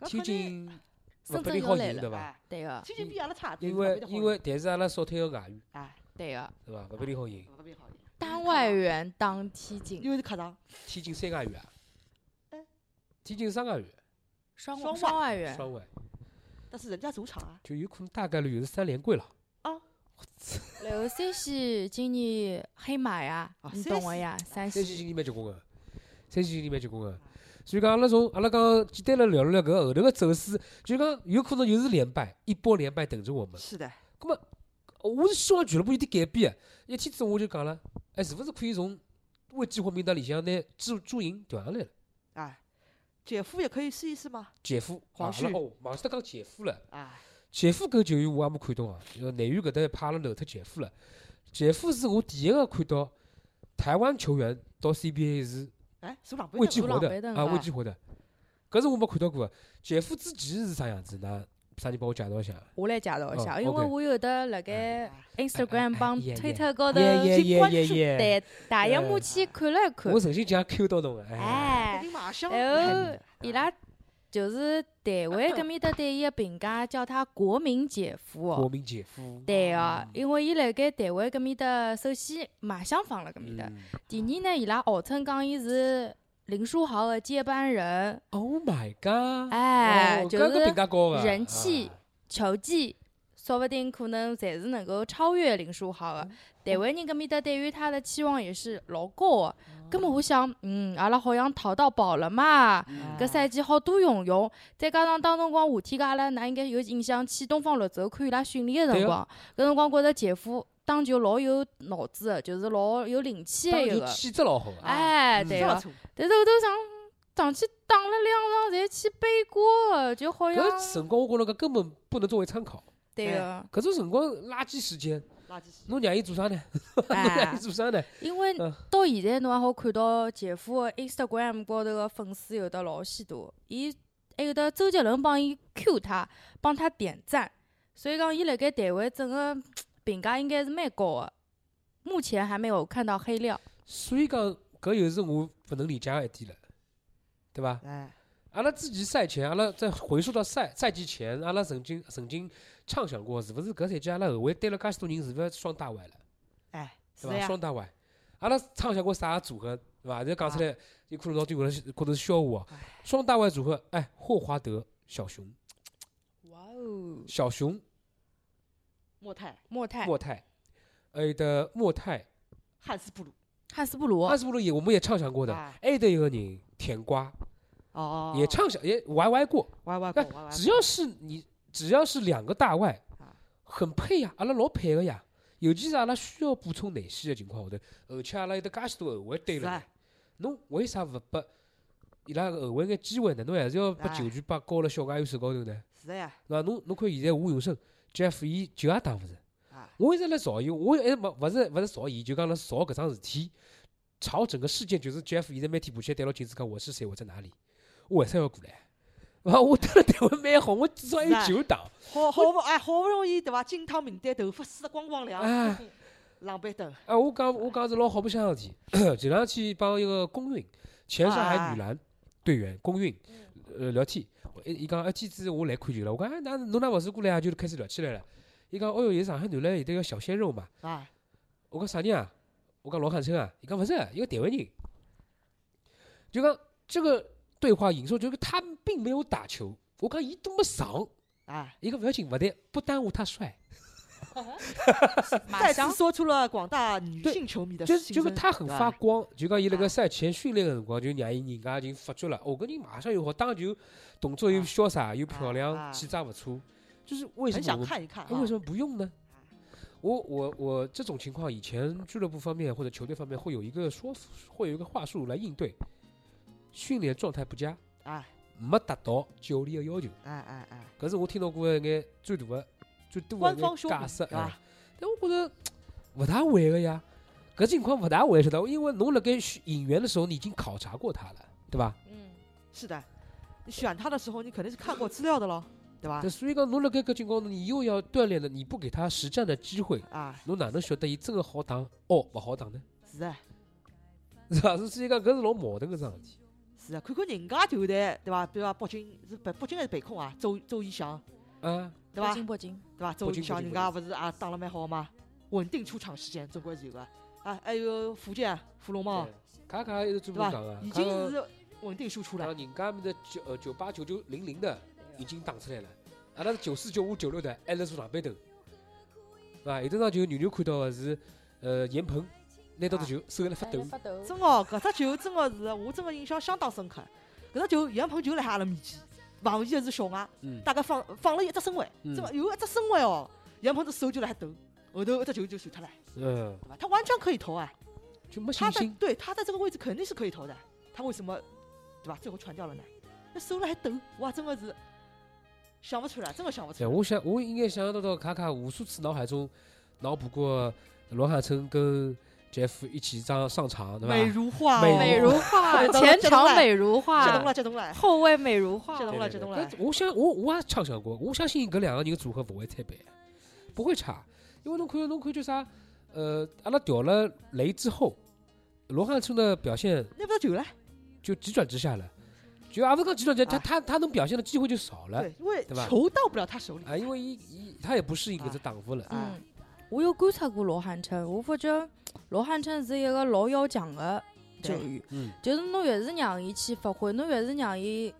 搿天肯定津勿深肯圳定要好来赢了对，伐？哎对个，天津比阿拉差，因勿为比得好因为但是阿拉少推个外援哎，对个。对伐？勿肯定好赢，勿比好赢，打外援打天津，因为是客场，天津三外援啊哎，天津三外援，双双双外援，双外但是人家主场啊，就有可能大概率又是三连桂了。然后山西今年黑马呀啊，你山懂的西呀，山山西今西。年蛮结棍个，山西今年蛮结棍个。所以讲，阿拉从阿拉刚简单的聊了聊搿个后头个走势，就讲有可能又是连败，一波连败等着我们。呃是的，我是希望俱乐部有点改变个。一天子我就讲了，哎，是勿是可以从未激活名单里向拿朱朱莹调上来了？哎，姐夫也可以试一试嘛，姐夫，啊黄阿旭拉哦，马上讲姐夫了。哎，姐夫搿球员我也没看懂啊，呃，内援搿搭怕阿拉漏脱姐夫了。姐夫是我第一个看到台湾球员到 CBA 是哎，数两杯未激的，活我浪费的的啊，是吧未激活的，搿是我没看到过的。姐夫之前是啥样子？㑚啥人帮我介绍一下？我来介绍一哦下，因为，OK 嗯我有的辣盖哎 Instagram 哎帮耶耶 Twitter 高头耶耶耶去关耶注耶对大荧幕去看了看我，诚心讲 Q 到侬了，哎，肯哎，定马上然后哎伊拉就是台湾搿面搭对伊个评价叫他国民姐夫国哦。民嗯姐夫，对哦，因为伊辣盖台湾搿面搭，首先卖相放辣搿面搭，嗯第二呢，伊拉号称讲伊是林书豪个接班人， ，Oh my god，哎，哦就搿个评是价高啊，人气啊，球技，说不定可能侪是能够超越林书豪嗯的。台湾人搿面搭对于他的期望也是老高哦的。葛么我想，嗯，阿拉好像淘到宝了啊嘛。搿赛季好多用用，再加上当辰光夏天个阿拉，㑚应该有印象，去东方绿洲看伊拉训练个哦辰光，搿辰光觉着姐夫打球老有脑子的，就是老有灵气的当一球个。气质老好啊，哎，是对勿个。错，但是后头上上去打了两场，侪去背锅的，就好像搿辰光我觉着搿根本不能作为参考，对哦哎个。搿种辰光垃圾时间，垃圾时间侬让伊做啥呢？侬让啊哎伊，做啥呢？因为嗯到现在侬还好看到姐夫的 Instagram 高头个粉丝有的老许多，伊还有的周杰伦帮伊 Q 他，帮他点赞，所以讲伊辣盖台湾整个评价应该是蛮高的。目前还没有看到黑料，所以讲搿又是我不能理解个一点了，对伐？哎，阿拉之前赛前，阿拉再回溯到赛赛季前，阿拉曾经曾经畅想过，是勿是搿赛季阿拉后卫对了介许多人，是勿是双打歪了，哎，是对伐？呀，啊双打歪，阿拉畅想过啥组合，对伐？现在讲出来，有可能老多有人觉得是笑话啊。双大腕组合，哎，霍华德、小熊、哇哦，小熊、莫泰、莫泰、莫泰，还有的莫泰、汉斯布鲁，汉斯布鲁，阿斯布鲁也我们也畅想过的，啊还有的一个人甜瓜哦，也畅想也歪歪过，歪歪过哎，歪歪过，只要是你，只要是两个大外啊，很配呀，阿拉老配个呀。尤其是阿拉需要补充内线的情况下头，而且阿拉有得介许多后卫对是了啊，，侬为啥勿拨伊拉个后卫眼机会呢？侬还是要把哎球权摆高了小外优势高头呢？是呀，对伐？侬侬看现在吴永生，Jeff 伊球也打勿成啊。我一直辣吵伊，我一直没勿是勿是吵伊，就讲辣吵搿桩事体，吵整个事件就是 Jeff 现在每天爬起来对牢镜子讲我是谁，我在哪里，我为啥要过来？伐，我得了台湾蛮好，我至少还有是球打。好好不哎，好不容易对伐？金汤名单头发梳得光光亮，啊浪板凳，啊，我讲我讲是老好白相的事体，前两天帮一个公运前上海女篮队员公运呃聊天，我伊伊讲啊，天子我来看球了，我讲哎，那侬哪勿是过来啊？就开始聊起来了。伊讲哦哟，伊上海男篮有得个小鲜肉嘛，啊，我讲啥人啊？我讲老汉生啊？伊讲勿是，一个台湾人。就讲这个对话引述，就是他们并没有打球。我讲伊多么爽，啊，伊讲勿要紧，勿对，不耽误他帅。马再翔次，说出了广大女对性球迷的就心是就声，是他很对发吧光，就讲伊辣盖啊赛前训练个辰光，就让伊人家已经发觉了，哦，搿人马上又好，打球动作又啊潇洒又漂亮，啊气质勿错，就是为什么很想我们看一看哎啊为，什么不用呢？我我我这种情况，以前俱乐部方面或者球队方面会有一个说，会有一个话术来应对。训练状态不佳，啊，没达到教练的要求，哎哎哎，搿是我听到过的一眼最大的、最多官的一眼方说解明释对啊吧。？但我觉着勿大会个呀，搿情况勿大会晓得，因为侬辣盖选引援的时候，你已经考察过他了，对伐？嗯，是的，你选他的时候，你肯定是看过资料的喽，对吧那？所以讲，侬辣盖搿情况，你又要锻炼的，你不给他实战的机会，啊，侬哪能晓得伊真个好打哦勿好打呢？ 是的，是伐？所以讲，搿是老矛盾个桩事体。是啊的，看看人家球队，对吧？比如讲北京是北北京还是北控啊？周周一翔，啊，对吧北？京北京，对吧？周北一京翔北京人家不是啊打了蛮好嘛，稳定出场时间总归是有个。啊，还有福建福龙猫，卡卡一直专门哦对吧讲啊？，已卡卡经是稳定输出然了后。人家面的九呃九八九九零零的啊已经打出来了，阿拉是九四九五九六的还辣坐上班头，啊，有的场球牛牛看到的是呃严鹏拿到的啊球手辣发抖，发抖，真哦，搿只球真的是我真的印象相当深刻。搿只球杨鹏就辣海阿拉面前，防伊的是小外，嗯，大概放放了一只身位，嗯真的有一只身位哦，杨鹏只手就辣海抖，后头一只球就传出来，嗯，对吧？他完全可以投啊，就没信他在心，对他在这个位置肯定是可以投的，他为什么对吧？最后传掉了呢？那手辣海抖，哇，真的是想不出来，真的想不出对，来。哎我想我应该想象得到卡卡无数次脑海中脑补过罗汉琛跟杰夫一起上上场，对吧？美如画、哦，美美如 激画，动了前激动场了美如激动画，了，激动了，后卫美如画激，动了，对激对动对了但。是我想，我我也啊畅想过，我相信搿两个人组合勿会拆版，不会差，因为侬看侬看叫啥，呃，阿拉调了雷之后，罗汉春的表现那不是球了，就急转直下了，就也勿是讲急转直下，他啊他他能表现的机会就少了对，因为对吧球到不了他手里。啊，因为伊伊他也不适应搿只档幅了，啊嗯，我有观察过罗汉琛，我发觉罗汉琛是一个老要强的球对员，嗯，就是侬越是让伊去发挥，侬越是让伊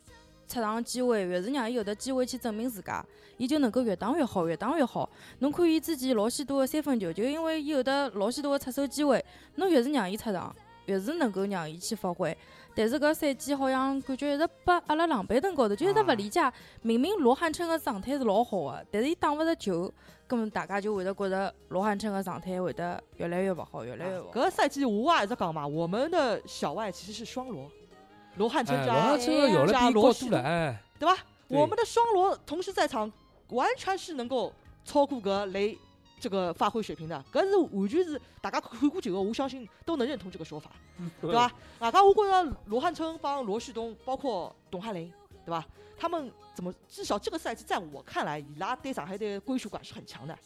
出场机会，越是让伊有得机会去证明自家，伊就能够越打越好，越打越好。侬看伊之前老许多的三分球，就因为伊有得老许多的出手机会，侬越是让伊出场，越是能够让伊去发挥。但是搿赛季好像感觉一直拨阿拉冷板凳高头，就一直勿啊理解。明明罗汉琛个状态是老好的，但是伊打勿着球，搿么大家就会得觉得罗汉琛个状态会得越来越勿好，越来哎越勿好。啊搿哎赛季我也一直讲嘛，我们的小外其实是双罗，罗汉琛哎，罗加汉春的效率加比罗高西多了，哎，对吧？对我们的双罗同时在场，完全是能够超过搿雷这个发挥水平的，搿是完全是大家看过球的，我相信都能认同这个说法，对吧？啊外加我觉着罗汉琛帮罗旭东，包括董哈雷，对吧？他们怎么至少这个赛季在我看来，伊拉对上海队的归属感是很强的。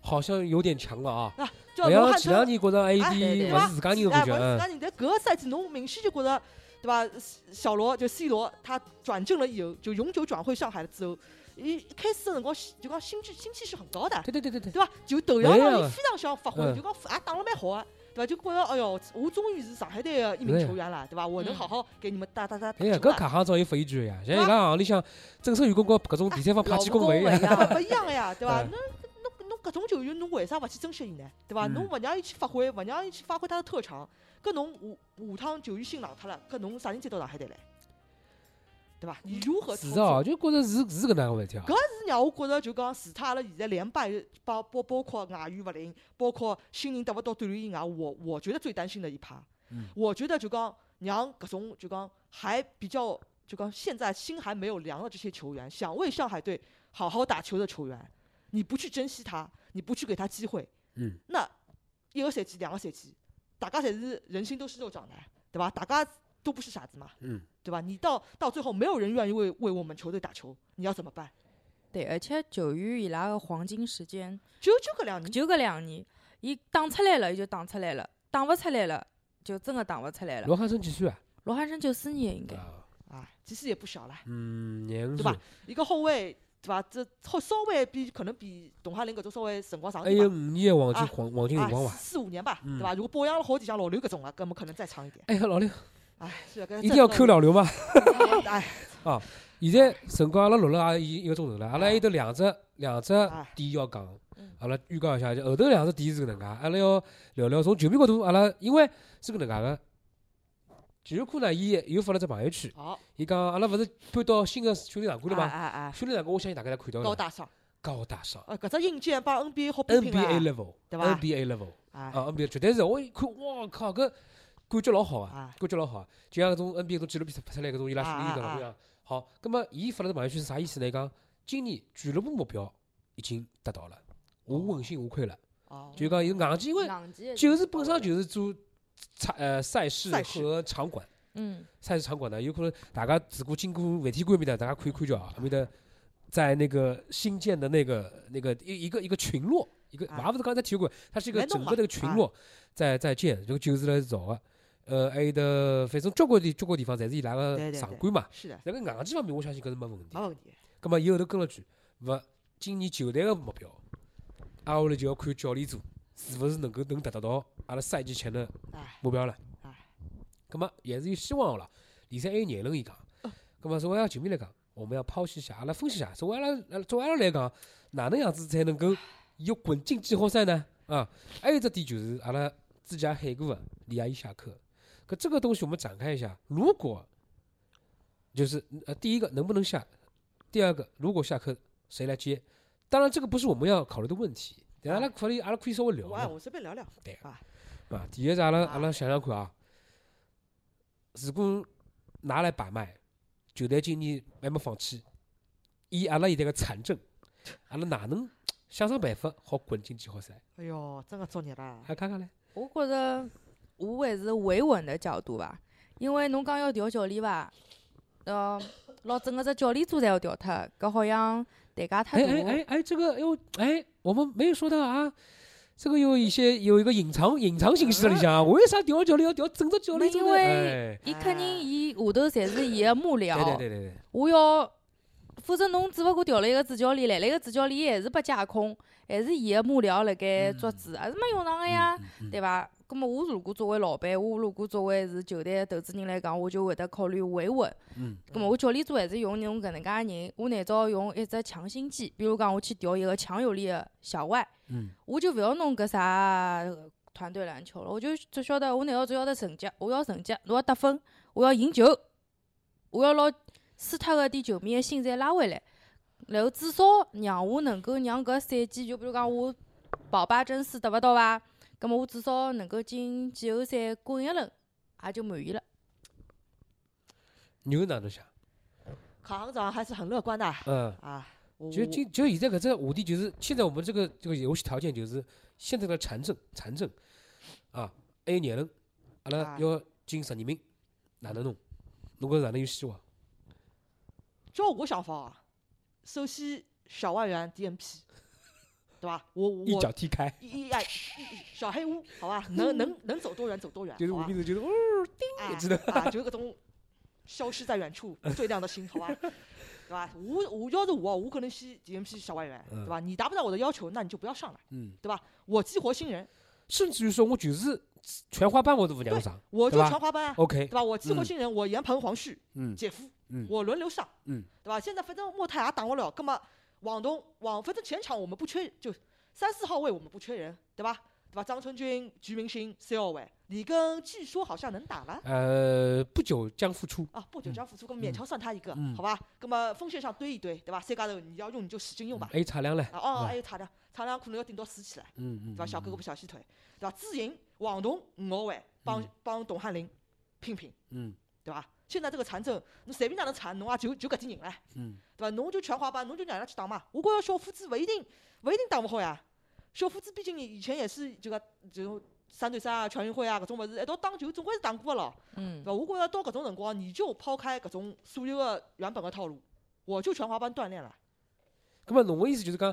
好像有点强了啊，就勿罗像汉前两琛，年觉着哎对 AD 对勿是自家人的哎，感不觉，是嗯那你的搿个赛季侬明显就觉着，对吧？小罗就 C 罗，他转正了以后，就永久转会上海了之后，一开始的辰光就讲心智心气是很高的，对对对对对。对吧？就头两没场有伊非常想发挥，嗯就讲也打了蛮好啊。对伐？就觉着哎哟，我终于是上海队的一名球员了，对伐？我能嗯好好给你们打打打哎打呀，球啊搿了卡行早有发言权呀！像伊拉行里向正式员工和搿种第三方派遣工 会会，啊，呀，勿一样呀， 对伐嗯？侬侬侬搿种球员，侬为啥勿去珍惜伊呢？对伐？嗯侬勿让伊去发挥，勿让伊去发挥他的特长，搿侬下下趟球员心冷脱了，搿侬啥人再到上海队来？对伐？你如何操是作哦，？就觉着是是搿能样个问题啊。是让我觉着就讲，除脱阿拉现在连败，包包包括外援勿灵，包括新人得勿到锻炼以外，啊我我觉得最担心的一趴，嗯我觉得就讲让搿种就讲还比较就讲现在心还没有凉的这些球员，想为上海队好好打球的球员，你不去珍惜他，你不去给他机会，嗯，那一个赛季、两个赛季，大家侪是人心都是肉长的，对吧？大家都不是傻子嘛，嗯，对吧？你到到最后，没有人愿意为为我们球队打球，你要怎么办？对，而且球员伊拉个黄金时间只有就搿两年。就搿两年，伊打出来了，伊就打出来了，打勿出来了，就真个打勿出来了。罗汉生几岁啊？罗汉生九四年应该，啊啊，其实也不小了。嗯，廿五对岁吧，一个后卫，对伐？这好稍微比可能比董哈林搿种稍微辰光长还一有点哎五年的黄金啊黄黄金吧，辰光啊，伐？四四五年吧，嗯对伐？如果保养了好，底像老刘搿种啊，搿么可能再长一点。哎呀，老刘哎，是啊，搿一定要扣了。老刘嘛！哎，现在辰光阿拉录了也一一个钟头了，阿拉还有得两只两只啊点要讲嗯，阿拉预告一下，就后头两只点是搿能介，阿拉要聊聊从球迷角度，阿拉因为是搿能介个。体育库呢，伊又发了只朋友圈，好，伊讲阿拉勿是搬到新个训练场馆了哎吗？哎哎，训练场馆我相信大家侪看到高了，大上，高大上呃，搿只硬件帮 NBA 好比拼了，NBA 啊。 level，对吧 NBA level 哎啊，NBA 绝对是，我一看，哇靠，搿感觉老好啊！哎，感觉老好啊，就像搿种 NBA 搿种纪录片拍出来搿种伊拉训练搿啊啊能啊一样。好，葛末伊发了只朋友圈是啥意思呢？伊讲今年俱乐部目标已经达到了，我问心无愧了。哦，就讲伊硬件，因为硬件就是本身就是做赛呃赛事赛事和场馆，嗯，赛事场馆呢，有可能大家如果经过万体馆面搭，大家可以看叫啊，面搭在那个新建的那个那个一一个一个群落，一个啊也勿是讲在体育馆，它是一个来弄啊整嘛个的一个群落在在建，这个旧是来造个，呃，还有的反正交关地交关地方侪是伊拉对个对对哦场馆嘛。是的，那个硬件方面，我相信搿是没问题没。问题。葛末伊后头跟了句，勿，今年球队个目标，挨下来就要看教练组是勿是能够能达得到阿拉赛季前的哎，目标了哎。咁么也是有希望的啦。联赛还有廿轮，伊讲。哦咁么作为阿拉球迷来讲，我们要剖析一下，阿拉分析一下，作为阿拉呃作为阿拉来讲，哪能样子才能哎够有滚进季后赛呢？啊，还有一只点就是阿拉之前喊过的里亚伊夏克，搿这个东西我们展开一下，如果就是呃第一个能不能下，第二个如果下课谁来接？当然这个不是我们要考虑的问题，哎但阿拉可以阿拉可以稍微聊我哎，嘛。我随便聊聊。啊，第一是阿拉啊阿拉想想看啊，如果拿来摆卖，球队今年还没放弃，以阿拉现在个惨症，阿拉哪能想上办法好滚进季后赛？哎哟，真的作孽啦！啊，看看嘞，我觉着我还是维稳的角度吧，因为侬讲要调教练伐，呃，老整个只教练组侪要调脱，搿好像代价太哎大。哎哎哎，这个哟，哎，我们没有说到啊。这个有一些有一个隐藏隐藏信息在里向啊，为啥调教练要调整个教练组呢？因为哎伊肯定伊下头侪是伊个幕僚，对对对对对，我要，否则侬只勿过调了一个主教练来，来个主教练还是被架空，还是伊个幕僚辣盖做主，也是没用场个呀，嗯对伐？咁么我如果作为老板，我如果作为是球队的投资人来讲，我就会得考虑维稳。嗯咁么我教练组还是用侬搿能介个人，我难道用一只强心剂，比如讲我去调一个强有力的小外，嗯我就勿要弄搿啥呃团队篮球了，我就只晓得我难道只晓得成绩，我要成绩，我要得分，我要赢球，我要拿输脱个点球迷个心再拉回来，然后至少让我能够让搿赛季，就比如讲我保八争四得勿到伐，咁么我至少能够进季后赛滚一轮，也就满意了。牛哪能想？卡行长还是很乐观的嗯，啊。我就就就现在搿只话题，就是现在我们这个这个游戏条件就是现在的残阵残阵啊，还有廿人，阿拉啊要进十二名，哪能弄？侬觉着哪能有希望？照我想法啊，首先小外援 DNP，对吧？我我一脚踢开，一一哎，一一小黑屋，好吧，能能能走多远走多远，就是好我吧名字就是哦，哎知道啊，就是搿种消失在远处最亮的星，好吧， 对吧？我我要是我，我可能是 DNP 小外援，对吧？你达不到我的要求，那你就不要上来，嗯，我激活新人，甚至于说我就是全花瓣我都勿让上我就对吧传花瓣啊， ，OK， 对吧？我激活嗯新人，我严彭黄旭嗯姐夫，嗯我轮流上，嗯对吧？现在反正莫泰也打不了，葛么王东王，反正前场我们不缺，就三四号位我们不缺人，对吧？对吧？张春军、鞠明星三号位，李根据说好像能打了。呃，不久将复出，啊，不久将复出，咁勉强算他一个，嗯好吧？咁么锋线上堆一堆，对吧？三家头你要用你就使劲用吧。还有差量嘞，啊，哦，嗯还有他的，他俩可能要顶到死起来，嗯嗯，对吧？小胳膊小细腿，对吧？资颖、王彤五号位帮嗯帮董翰林拼拼，嗯对吧？现在这个残阵，侬随便哪能残，侬也就就搿点人唻，嗯对吧？侬就全花班，侬就让伊拉去打嘛。我觉着小伙子勿一定勿一定打勿好呀。小伙子毕竟以前也是就个就三对三啊、全运会啊搿种物事一道打球，总归是打过个咯。嗯对，吧？我觉着到搿种辰光，你就抛开搿种所有的原本的套路，我就全滑板锻炼了。咁么侬个意思就是讲，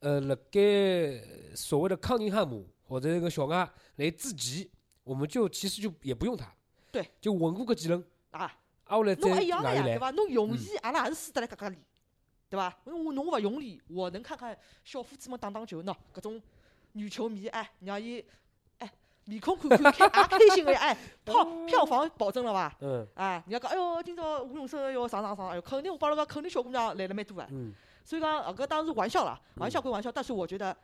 呃，辣盖所谓的康宁汉姆或者那个小外来之前，我们就其实就也不用他，对，就稳固个技能，啊，挨下来再侬一样外的一呀，对来，伐？侬嗯容易，阿拉也是输得来搿搿里，对伐？因为我侬勿用力，我能看看小伙子们打打球喏，搿种女球迷哎，让伊哎面孔看看，开也开心个呀， 哎，票哦票房保证了伐？嗯哎，人家讲，哎哟，今朝吴永生要上上上，哎哟，肯定我帮侬讲，肯定小姑娘来了蛮多啊。嗯所以讲，呃搿当然是玩笑啦，玩嗯笑归玩笑，但是我觉得，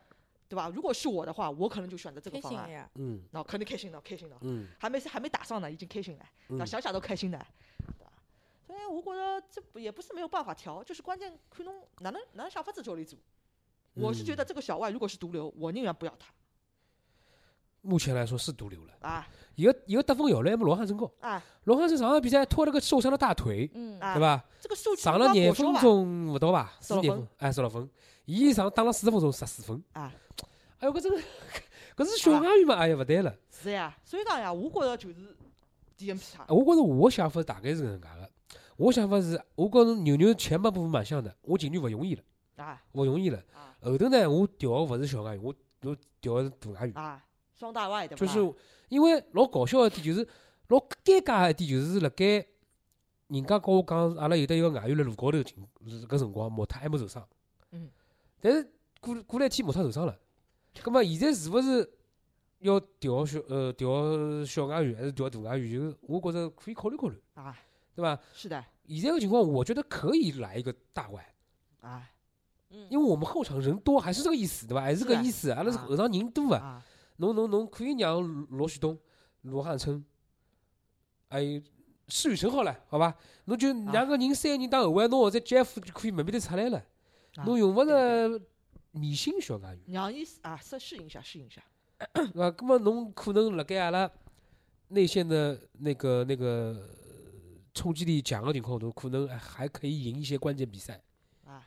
对伐？如果是我的话，我可能就选择这个开方心案的。呀，嗯那肯定开心的，开心的，嗯还没还没打上呢，已经开心了，对吧嗯想想都开心的，对吧？所以我觉得这不也不是没有办法调，就是关键看侬哪能哪能想法子教练组。我是觉嗯得这个小外如果是毒瘤，我宁愿不要他目前来说是毒瘤了。啊一个一个得分效率还没罗汉森高，啊罗汉森上场比赛拖了个受伤的大腿，嗯，啊！对？吧？这个数据上没了法廿过说分吧，钟勿到吧，十四六廿分分，哎，十六分，伊上打了四十分钟，十四分啊。哎呦，搿真个， 搿是小外援嘛？哎呀，勿对了。是呀。所以讲呀，我觉得就是 DNP 啊啊，我觉着我想法大概是搿能介个，我想法是，我觉着牛牛前半部分蛮像的，我情绪勿容易了，啊勿容易了。啊后头呢，我调个勿是小外援，我我调个是大外援，啊！双大外对吧？就是因为老搞笑个一点就是，老尴尬个一点就是辣盖。人家跟我讲，阿拉有得一个外援辣路高头情，搿辰光莫特还没受伤。嗯。但是过过了一天，莫特受伤了，葛末现在是勿是要调小呃调小外援还是调大外援？就是我觉着可以考虑考虑，啊，对伐？是的以这个情况，我觉得可以来一个大外，啊因为我们后场人多，还是这个意思，对吧？还是这个意思，阿拉是后场人多啊。啊侬侬侬可以让罗旭东、罗汉琛，还有施雨辰好了，好吧？侬就两个人、三个人打后卫，侬或者 Jeff 就可以慢慢的出来了。啊侬用勿着迷信小外援，让伊啊适适应一下，适应一下对吧？那么侬可能辣盖阿拉内线的那个那个呃冲击力强的情况下头，侬可能还可以赢一些关键比赛。啊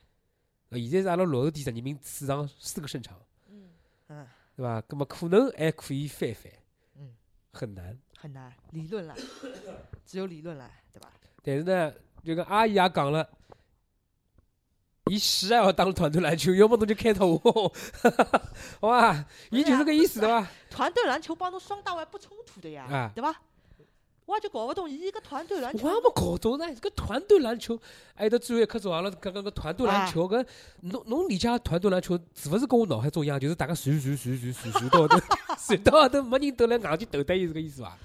呃，现在是阿拉落后第十二名，四场四个胜场，嗯，嗯对伐？那么可能还可以翻一翻，嗯，很难。很难理论了，只有理论了，对吧？但是呢，就跟阿姨也讲了，伊死也要打团队篮球，要么侬就开除我， 好吧？伊就是搿意思，对伐？团队篮球帮侬双打外不冲突的呀，啊对吧？我也就搞不懂，伊一个团队篮 我球还没搞懂呢，搿团队篮球，还有到最后一刻钟，阿拉讲讲搿团队篮啊球，搿侬侬理解团队篮球是勿是跟我脑海中一样，就是大家传传传传传传到后 头，传到后头没人斗来硬劲斗得伊是搿意思伐？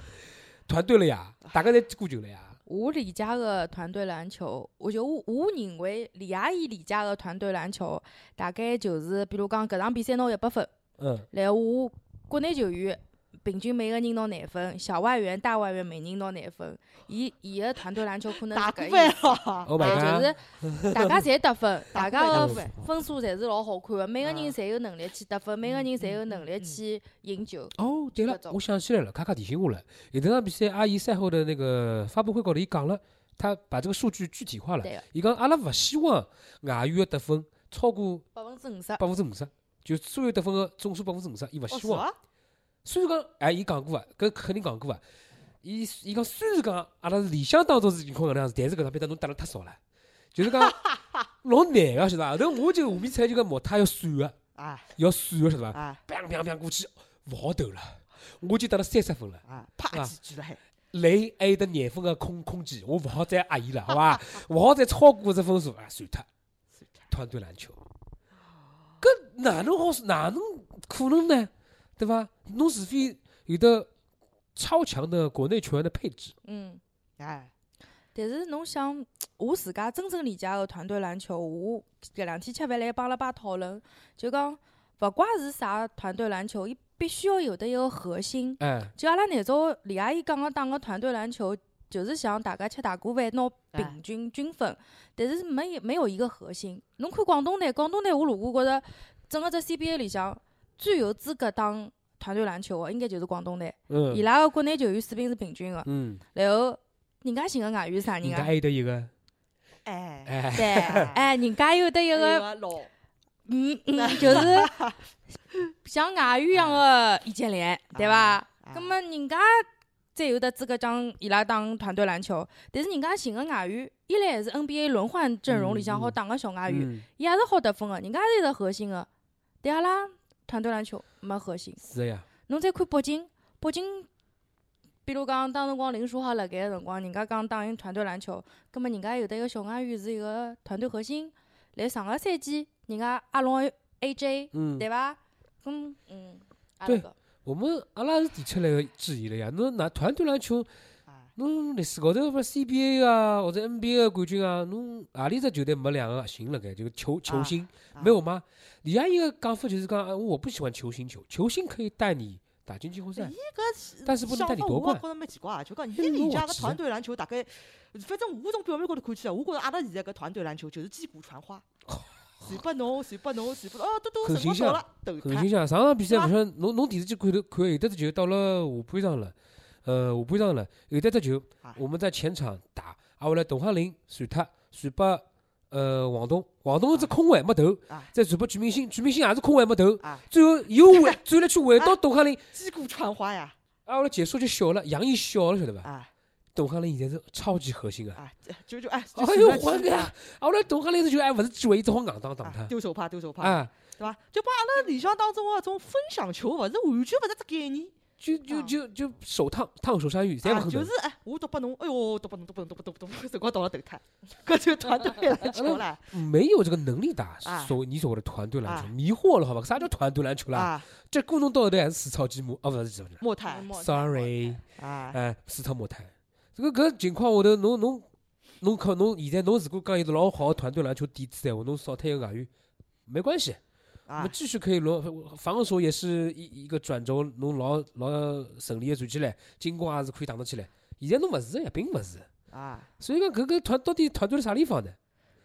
团队了呀，啊大家侪过球了呀。我理解的团队篮球，我就我我认为李阿姨理解的团队篮球，大概就是比如讲搿场比赛拿一百分，嗯然后我国内球员平均每个人拿廿分，小外援、大外援每人拿廿分，伊伊个团队篮球可能是打搿过意分思了， ，Oh my 啊哎就 god！是大家侪得 分，大家打个过分分数侪是老好看个，每个啊嗯人侪有能力去得分，每个人侪有能力去赢球。哦，对了各，种我想起来了，卡卡提醒我了。有的场比赛，阿姨赛后的那个发布会高头，伊讲了，他把这个数据具体化了对的。伊讲阿拉勿希望外援的得分超过百分之五十，百分之五十，就所有得分的总数百分之五十，伊勿哦希是望。伐？虽然讲，哎，伊讲过啊，搿肯定讲过啊。伊伊讲，虽然讲阿拉是理想当中是情况搿能样子，但是搿场比赛侬打了太少了，就是 讲老难个，晓得伐？后头我就下面猜就讲莫他要算个，啊要算个，晓得伐？啊砰砰砰过去勿好投了，我就得了三十分了。啊，啊啪几句了还，雷还有得廿分个空空间，我勿好再压伊了，好伐？勿好再超过这分数啊，算脱。团队篮球，搿哪能好？哪能可能呢？对伐？侬除非有得超强的国内球员的配置。嗯。哎，但是侬想，我自家真正理解个团队篮球，我搿两天吃饭来帮阿拉爸讨论，就讲勿怪是啥团队篮球，伊必须要有得一个核心。哎，就阿拉廿早李阿姨讲个打个团队篮球，就是想大家吃大锅饭拿平均均分，但是没有没有一个核心。侬看广东队，广东队我如果觉着整个只 CBA 里向最有资格打团队篮球个，应该就是广东队。伊嗯拉个国内球员水平是平均个，嗯，然后人家寻个外援是啥人人啊家？还有得一个，哎，哎，对，哎，人家有得一这个，个老，嗯 嗯，就是像外语一样哎的易建联，对伐？哎那么人家才有得资格讲伊拉打团队篮球，但是人家寻个外援，一来是 NBA 轮换阵容里向嗯好打个小外援，嗯，伊也是好得分个，人家是有得核心个，但阿拉团队篮球没核心。是呀，侬再看北京，北京，比如讲当辰光林书豪辣盖个辰光，人家讲打赢团队篮球，葛末人家有得一个小外援是一个团队核心。来上个赛季，人家阿龙 AJ 嗯，对伐？咁嗯，阿拉对个我们阿拉是提出来个质疑了呀，侬拿团队篮球，哎侬历史高头勿是 CBA 啊或者 NBA 个冠军啊，侬何里只球队没两个行辣盖，就是球球星啊没有吗？李阿姨个讲法就是讲，啊我不喜欢球星球，球星可以带你打进季后赛伊，搿但是不能带你夺我冠觉。着蛮奇怪啊，就讲伊哎侬我现在个记团得队篮球大概，反正我从表面高头看起来，我觉着阿拉现在搿团队篮球就是击鼓传花，随拨侬，随拨侬，随拨哦，都很都辰形光到象了，投很他形，象。上场比赛对吧勿晓得侬侬电视机看头看，有的只球到了下半场了，呃，下半场了，有的只球啊我们在前场打，啊，后来董浩林传他，传拨呃王东，王东是啊空位没投啊，再传拨全明星，全明星也是空位没投啊，最后又回转了去回到董浩林，击鼓传花呀，啊，后来结束就笑了，杨毅笑了晓得伐？啊董浩林现在是超级核心啊，啊，这就就哎，就哎随呦便还去给啊他啊，后来董浩林这球哎勿是机会，一直好硬当打啊他，丢手帕，丢手帕，啊，对伐？就帮阿拉理想当中个种分享球，勿是完全勿是只概念，就就啊就就手烫烫手山芋，侪勿啊肯投就。是哎，我读拨侬，哎哟，读拨侬，读拨侬，读拨侬，读拨侬，辰光到了投他，搿就团队篮球了没有这个能力打啊所谓你所谓的团队篮球，啊迷惑了好吧？啥叫团队篮球啦？啊，这故弄到头还是除草积木啊，不是什么莫泰嗯？Sorry，啊，哎，除草莫谈。这个搿情况下头，侬侬侬靠侬现在侬如果讲有个老好的团队篮球底子闲话，侬少推一个外援没关系，我啊们，继续可以轮防守也是一一个转轴，侬老老顺利的转起来，进攻也是可以打得起来。现在侬勿是的呀，并勿是。啊，所以讲搿个团到底团队是啥地方呢？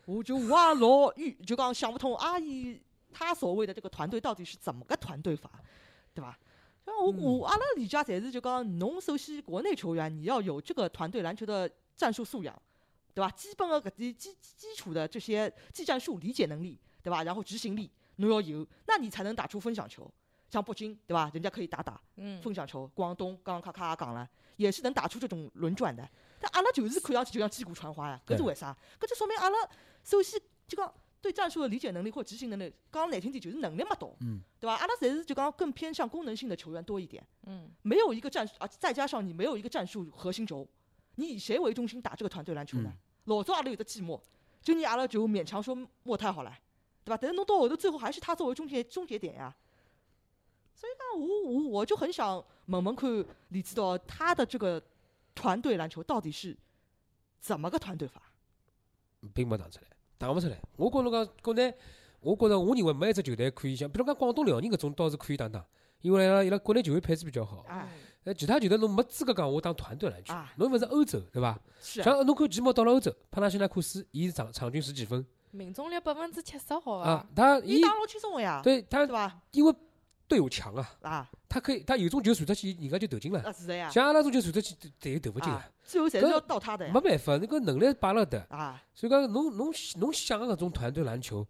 我就我也老郁，就讲想不通阿姨她所谓的这个团队到底是怎么个团队法，对吧？像我我阿拉理解侪是就讲，侬首先国内球员你要有这个团队篮球的战术素养，对吧？基本的搿点基基础的这些技战术理解能力，对吧？然后执行力侬要有，那你才能打出分享球。像北京，对吧？人家可以打打嗯，分享球，广东刚刚咔咔也讲了，也是能打出这种轮转的。但阿拉就是看上去就像击鼓传花呀，搿是对为啥？搿就说明阿拉首先就讲对战术的理解能力或执行能力，讲难听点就是能力没懂，嗯对吧？阿拉侪是就讲更偏向功能性的球员多一点，嗯，没有一个战术啊，再加上你没有一个战术核心轴，你以谁为中心打这个团队篮球呢？嗯老早阿拉有的寂寞，就你阿拉就勉强说莫泰好了，对吧？但是侬到后头最后还是他作为终结终结点呀。所以讲，我我我就很想问问看李指导他的这个团队篮球到底是怎么个团队法？并没打出来，打勿出来。我跟侬讲，国内，我觉着我认为没一只球队可以像，比如讲广东、辽宁搿种倒是可以打打，因为伊拉伊拉国内球员配置比较好。哎，那其他球队侬没资格讲我打团队篮球啊，侬勿是欧洲对伐？是啊，像侬看吉莫到了欧洲，帕纳西纳库斯，伊是场场均十几分命中率百分之七十好伐啊？，他你伊打老轻松的呀，对他对吧？因为队友强啊，啊，他可以他有种球传出去，人家就投进了。啊是的呀，像阿拉种球传出去，队友投不进啊啊，最后侪是搿要到他的呀没，办法，那个能力摆了的。啊，所以讲，侬侬侬想个搿种团队篮球，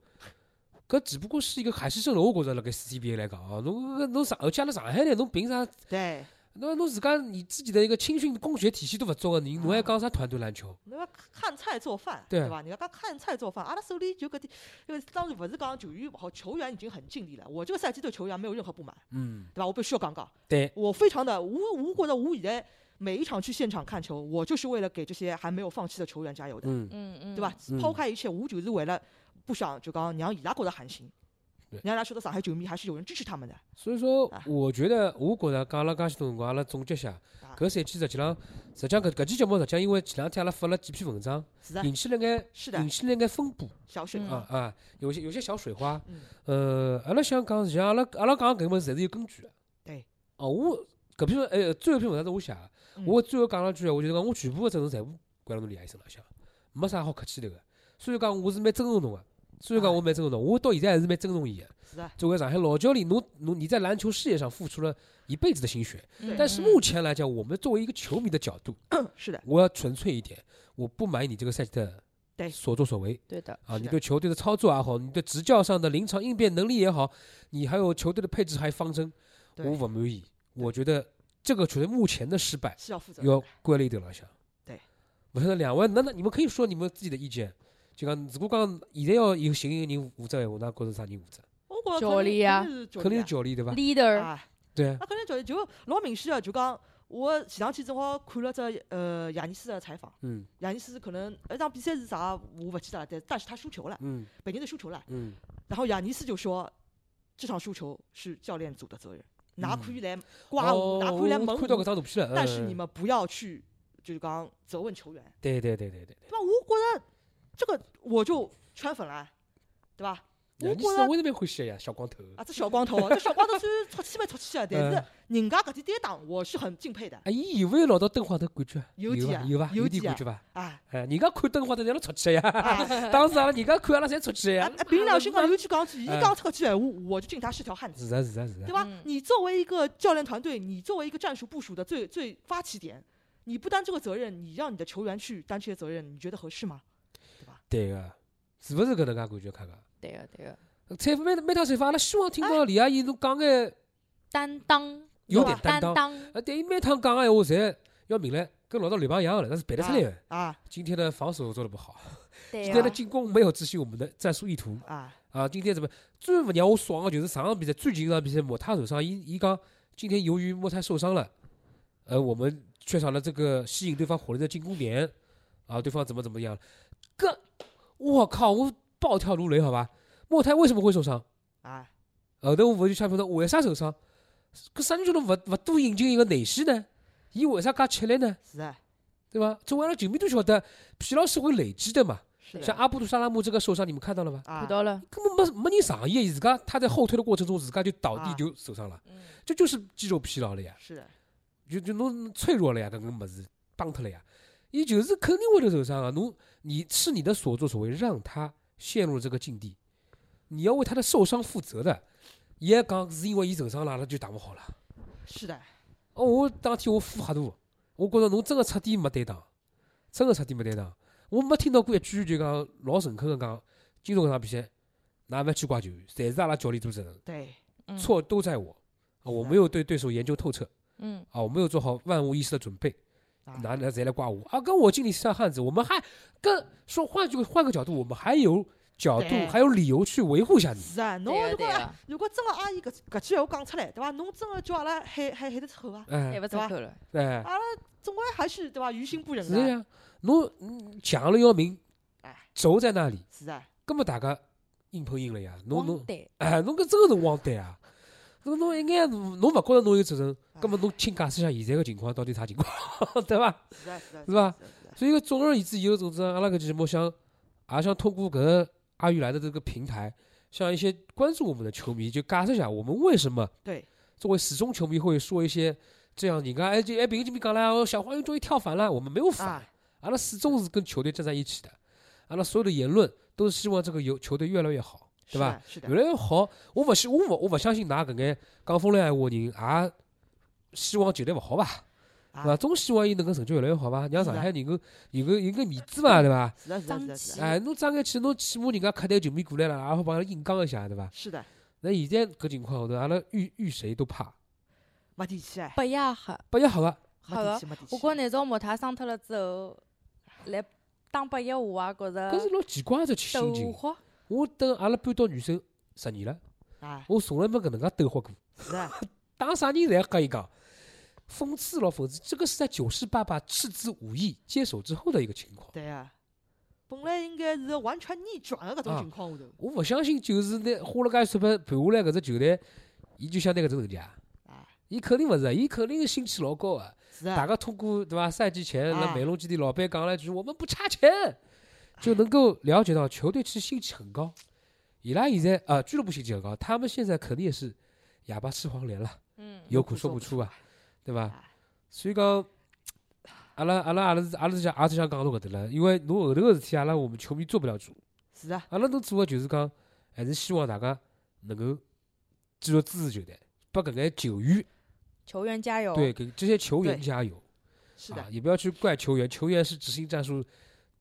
搿只不过是一个海市蜃楼，我觉着辣盖 CBA 来讲啊，侬搿侬上，而且阿拉上海队，侬凭啥？对，侬侬自家你自己的一个青训供血体系都勿做啊个人，侬还讲啥团队篮球？那个看菜做饭，对对吧？人家讲看菜做饭，阿拉手里就搿点，因为当然勿是讲球员勿好，球员已经很尽力了。我这个赛季对球员没有任何不满，嗯，对吧？我必须要讲讲，对，我非常的，我我觉得我现在每一场去现场看球，我就是为了给这些还没有放弃的球员加油的，嗯，嗯嗯，对吧？嗯抛开一切，我就是为了不想就讲让伊拉觉得寒心，让阿拉晓得上海球迷还是有人支持他们的。所以说啊，我觉得，我觉着讲了介许多辰光，阿拉总结下，啊搿赛季实际上，实际上搿搿期节目实际上，因为前两天阿拉发了几篇文章，是的，引起了眼是的引，起了眼风波小水嗯啊啊，有些有些小水花嗯。呃，阿拉想讲，实际上阿拉阿拉讲搿物事侪是有根据的。对。哦，我搿篇文呃最后一篇文章是我写的，嗯我最后讲了句闲话，就是讲我全部的责任全部怪到侬李亚医生浪向，没啥好客气头个。所以讲我是蛮尊重侬个，所以讲我蛮尊重侬，我到现在还是蛮尊重伊个。啊是的，作为上海老教练，侬侬你在篮球事业上付出了一辈子的心血，嗯但是目前来讲，我们作为一个球迷的角度， 是的，我要纯粹一点，我不满意你这个赛季的对所作所为对的，啊，是你的对球队的操作也好，你对执教上的临场应变能力也好，你还有球队的配置还有方针，对我不满意。我觉得这个球队目前的失败是要负责任要的。怪了一头浪向。对，不是两位，那那你们可以说你们自己的意见。就讲，如果讲现在要有寻一个人负责闲话，那觉着啥人负责？我觉着教可能练啊可能是肯定是教教练对吧？练 leader，啊。对 啊，那可能教练就老明显的，就讲我前两天正好看了只呃亚尼斯的采访，嗯亚尼斯可能那场比赛是啥我不记得了，但但是他输球了，嗯北京队输球了， 嗯。然后亚尼斯就说这场输球是教练组的责任，哪嗯可以来怪我，哪哦可以来哦我蒙看到搿我，张图片了。但是嗯你，们不要去就是讲责问球员，对对对对对对。对吧？我觉得这个我就圈粉了，对吧？我呀哎觉你着是为什么欢喜呀？小光头。啊，这小光头，这小光头虽然 出气没出气啊，但是嗯人家搿点担当我是很敬佩的。啊，伊有没有拿到灯花头冠军啊？有有几伐？啊有伐？有点几啊冠军伐？哎，哎，人家看灯花头，侪拉出去呀。哎当时阿拉人家看阿拉侪出去啊呀。，凭良心讲，尤其讲句，伊哎讲出搿句闲话，我就敬他是条汉子，是啊是啊是对啊。吧嗯？你作为一个教练团队，你作为一个战术部署的最最发起点，你不担这个责任，你让你的球员去担这些责任，你觉得合适吗？对个，是勿是搿能介感觉？看看。对个对个，采访每每趟采访，阿拉希望听到李阿姨侬讲眼，担当，有对点吧担当当，啊，对，伊每趟讲个闲话侪要明了，跟老早刘邦一样了，但是背得出来的。啊今天的防守做得不好，对今个天的进攻没有执行我们的战术意图。啊，啊，今天怎么最勿让我爽的啊就是上场比赛最近一场比赛莫泰受伤，伊伊讲今天由于莫泰受伤了，呃，我们缺少了这个吸引对方火力的进攻点，啊，对方怎么怎么样了？哥，我靠，我暴跳如雷，好吧？莫泰为什么会受伤？啊，后头我就想不通为啥受伤？搿啥人叫侬勿勿多引进一个内线呢？伊为啥介吃力呢？是啊，对吧？作为阿拉球迷都晓得，疲劳是会累积的嘛。是像阿布杜沙拉姆这个受伤，你们看到了吧？看啊，到了，根本没没人上伊，自家他在后退的过程中，自家就倒地啊就受伤了，嗯这就是肌肉疲劳了呀，是的，就就侬脆弱了呀，搿个物事崩脱了呀，伊就是肯定会得受伤啊。侬你是你的所作所为让他陷入这个境地，你要为他的受伤负责的。伊还讲是因为伊受伤了，阿拉就打勿好了。是的，哦，我当天我呼黑大，我觉着侬真的彻底没担当，真的彻底没担当。我没听到过一句就讲老诚恳的讲，今朝搿场比赛，㑚勿要去怪球员，侪是阿拉教练做责任。对，嗯错都在我，啊，我是没有对对手研究透彻嗯啊，我没有做好万无一失的准备，啊拿来谁来挂我啊？跟我经理是条汉子，我们还跟说换句换个角度，我们还有角度对还有理由去维护一下你。是啊，侬对如果个对个，如果真个阿姨搿搿句闲话讲出来，对吧？侬真个叫阿拉喊喊喊得出口啊，还哎勿出口了，哎，总归还是对吧？于心不忍是的，呀，侬嗯强了要命哎，轴在那里，是啊，根本大家硬碰硬了呀。侬忘侬带，哎，侬搿真个是忘带啊！侬侬一眼侬勿觉着侬有责任，根本侬请解释一下现在个情况到底啥情况， 对伐？是啊，是啊，是吧是啊？是啊所以，总而言之，以后总之，啊阿拉搿期节目想也想通过搿个阿玉来的这个平台，向一些关注我们的球迷就解释一下，我们为什么对，作为始终球迷会说一些这样人家哎就哎别个球迷讲了，小黄鱼终于跳反了，我们没有反啊，，阿拉始终是跟球队站在一起的，阿拉所有的言论都是希望这个游球队越来越好，对吧？是啊的？越是的，来越好，我勿信，我勿我勿相信㑚搿眼讲风凉闲话的人也啊希望球队勿好吧？对伐？啊，总希望伊能够成绩越来越好伐？让是上的海能够有个有个面子嘛，对伐？是啊，是啊，是啊，张是琪啊，哎，侬张眼去，侬起码人家客队球迷过来了，也好帮伊拉硬刚一下，对伐？是的，那现在搿情况下头，阿拉遇遇谁都怕，没底气哎，白呀黑八一好啊个，没黑底个气，没底气。我觉难道莫泰伤脱了之后，来当八一我也觉着嗯搿是老奇怪的心斗情。火，我等阿拉搬到女生十年了，啊，我从来没搿能介斗火过，是啊，打啥人侪跟伊讲。讽刺了讽刺，这个是在九四爸爸斥资五亿接手之后的一个情况。对啊，本来应该是完全逆转的搿种啊情况下头我勿相信就是拿花了介多钞票盘下来搿只球队，伊就想拿搿只成绩啊。啊，伊肯定勿是，伊肯定心气老高啊。是大啊，家通过对伐？赛季前哎辣梅隆基地老板讲了一句：“我们不差钱”，就能够了解到球队其实心气很高。伊拉现在啊，俱乐部心气很高，他们现在肯定也是哑巴吃黄连了，嗯，有苦说不出啊，对伐哎？所以讲，阿拉阿拉阿拉是阿拉是想也是想讲到搿搭了，因为侬后头个事体，阿拉我们球迷做不了主，是啊，阿拉能做个就是讲，还是希望大家能够继续支持球队，拨搿眼球员球员加油，哦对给这些球员对加油。是啊的，，也不要去怪球员，球员是执行战术、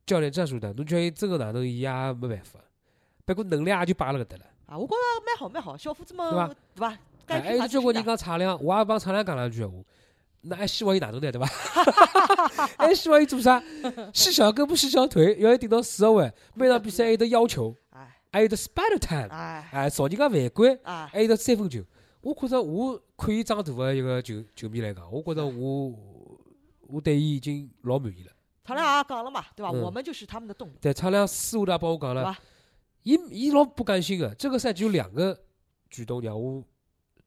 教练战术的。侬叫伊真个哪能，伊也没办法。不过能力也就摆辣搿搭了，啊，我觉着蛮好蛮好，小伙子们对吧对伐？哎该还拼有还交是关拼人的，讲厂亮，我也帮厂亮讲两句闲话。那还希望伊哪能呢，对 伐？还希望伊做啥？细小胳膊细小腿，要伊顶到四十位。每场比赛还有得要求，哎还有得 spider time，哎哎，造人家犯规，哎，还有得三分球。我觉着我看伊长大个一个球球迷来讲，我觉着我我对伊已经老满意了。唐亮也讲了嘛，对吧？嗯我们就是他们的动力，但昌亮私下头也帮我讲对了吧，伊伊老不甘心的。这个赛季有两个举动让我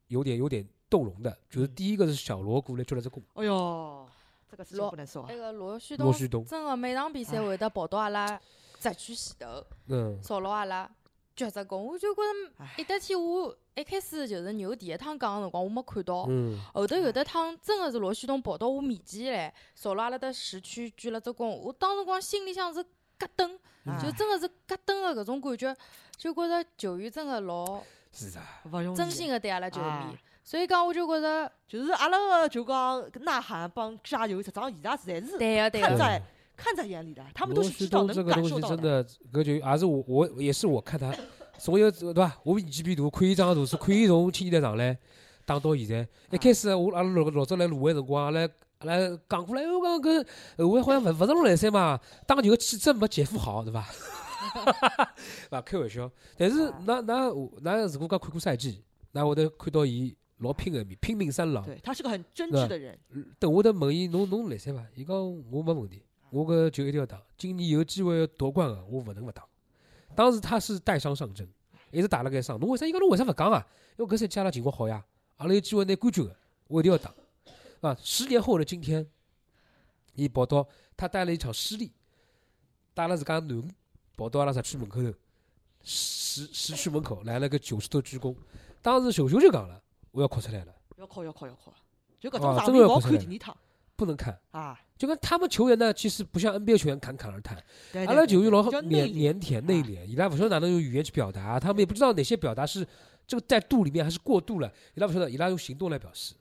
有点有点动容的，就是嗯第一个是小罗过来救了只攻，哎哟，这个事情罗不能说啊哎那，个罗旭罗东旭东，真的每场比赛会得跑到阿拉宅区前头，嗯，找牢阿拉鞠只躬。我就觉唉着一得天我一开始就是牛第一趟讲个辰光，我没看到。嗯，后头有的趟真的是罗旭东跑到我面前来，朝了阿拉的时区鞠了只躬。我当时光心里向是咯噔，哎嗯就真的是咯噔的搿种感觉，就觉着球员真的老是的，不容易，真心的对阿拉球迷哎。所以讲，我就觉着就是阿拉个就讲呐喊帮加油，实际上伊拉侪是对个对啊看个，在看在眼里的，他们都罗是旭知道东这能个感东受西到真。的，搿就也是我我也是我看他，从有对伐？我年纪比大，看伊长大是看伊从青年队上来打到现在。一开始我阿拉老老早来卢湾辰光，阿拉阿拉讲过来，哎我讲搿后卫好像勿勿是老来三嘛，打球个气质没姐夫好，对伐？ 勿开玩笑，但是啊那那那如果讲看过赛季，那会得看到伊老拼个一面，拼命三郎。对他是个很真啊对挚的人，等我得问伊侬侬来三伐？伊讲我没问题，我搿球一定要打。今年有机会要夺冠个，啊我勿能勿打。当时他是带伤上阵，一直打了该伤。侬为啥？伊讲侬为啥勿讲啊？因为搿赛季阿拉情况好呀，阿拉有机会拿冠军个，我一定要打。啊，十年后的今天，伊跑到他带了一场失利，带了自家囡恩跑到阿拉社区门口头，市市区门口来了个九十度鞠躬。当时球球就讲了，我要哭出来了，要靠要靠要靠，就搿啊种场真面的要我哭出看来第二趟不能看。啊。就跟他们球员呢，其实不像 NBA 球员侃侃而谈，对阿对拉对球员对老比较内腼敛，啊腼腆内敛，伊拉勿晓得哪能用语言去表达，他们也不知道哪些表达是这个在度里面还是过度了，伊拉勿晓得，伊拉用行动来表示。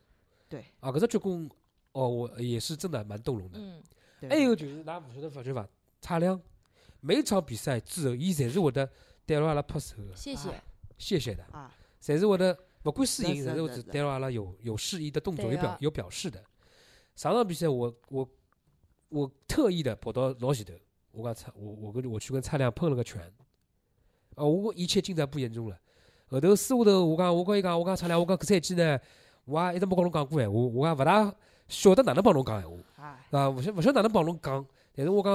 对啊，搿只鞠躬哦，我也是真的蛮动容的。嗯，对还有就是，㑚勿晓得发觉伐？差亮每场比赛之后，伊侪是会得对牢阿拉拍手的，谢谢啊。谢谢的，啊，侪是会得勿管输赢，是侪是会是得是对牢阿拉有有示意的动作，对有表啊有表示的。上场比赛我我我特意的跑到老前头，我跟蔡我我跟我去跟蔡亮碰了个拳，啊，我一切尽在不言中了。后头私下头我讲我跟伊讲我讲蔡亮我讲搿赛季呢，我也一直没跟侬讲过闲话，我也勿大晓得哪能帮侬讲闲话。哎，啊，勿晓勿晓得哪能帮侬讲，但是我讲，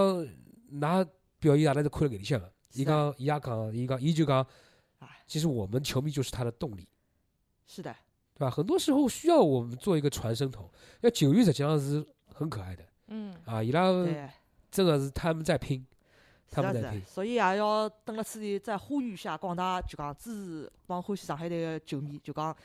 㑚表演阿拉是看了眼里向个。啊伊是的讲，伊也讲，伊讲，伊就讲哎，其实我们球迷就是他的动力，是的，对吧？很多时候需要我们做一个传声筒。要九月实际上是很可爱的嗯，啊，伊拉对，真的是他们在拼，他是们的，在是的拼，所以也啊要等了此地再呼吁一下广大就讲支持帮欢喜上海队的球迷，就讲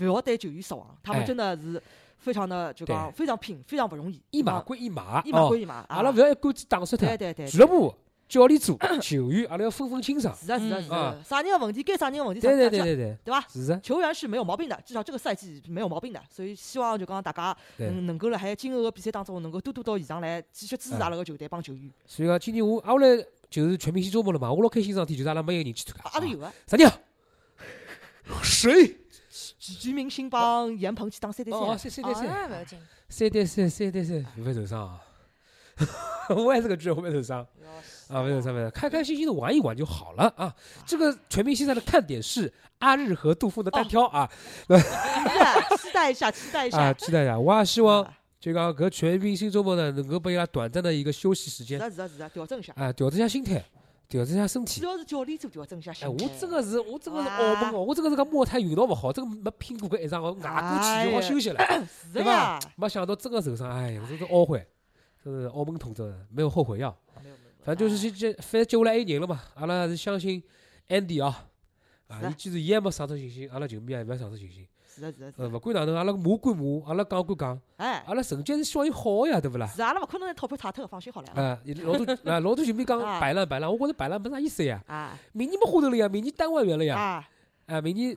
勿要对球员失望，啊他们哎真的是非常的就讲对非常拼，非常不容易，一码啊归一码，一码哦归一码，阿拉啊勿要一竿子打死对他。对对，俱乐部、教练组、球员，阿拉要分分清爽。是的，是的，嗯是啊的，啥人的问题该啥人的问题，对对对啥对对，对吧？是的，球员是没有毛病的，至少这个赛季没有毛病的，所以希望就讲大家嗯对能能够辣海今后的比赛当中能够多多到现场来继续支持哎阿拉个球队帮球员，所以讲，今年我阿拉就是全明星周末了嘛，我老开心桩事体就是阿拉没有人去参加。阿拉有个啥人啊？谁？全明星帮严鹏去打三对哦，三三，三对哦，啊三，那勿要紧，三对三，三对三，有没有受伤啊？ 我也是个觉得我没受伤啊，没受伤，没受伤，开开心心的玩一玩就好了啊。这个全明星赛的看点是阿日哦和杜峰的单挑啊是的期待一下，期待啊，一下，期待一下。我也希望啊就讲搿全运新周末呢，能够拨伊拉短暂的一个休息时是间，啊是啊是啊，调整一下。哎，调整一下心态，调整一下身体主。要是教练组调整一下心哎，我态真个是，我真个是傲慢哦！我真个是讲莫泰运道勿好，真个没拼过搿一场，我外过去哎就好休息了，是对的伐呀，？没想到真个受伤，哎呀，真是懊悔，真是澳门痛真的没有后悔药。没有没有，反正就是哎这这，反正接下来还有人了嘛，阿拉是相信 Andy 啊，啊，是伊既然伊还没上出信心，阿拉球迷也勿要上出信心。是的是的是呃，的，勿管哪能，阿拉骂归骂，阿拉讲归讲，啊哎，阿拉成绩还是希望伊好呀，对勿啦？是啊阿拉勿可能拿钞票差脱，放心好了。啊，伊老 多啊，老多球迷讲啊摆烂摆烂，我觉着摆烂没啥意思呀。啊明年没花头了呀，明年单万元了呀。啊啊，明年，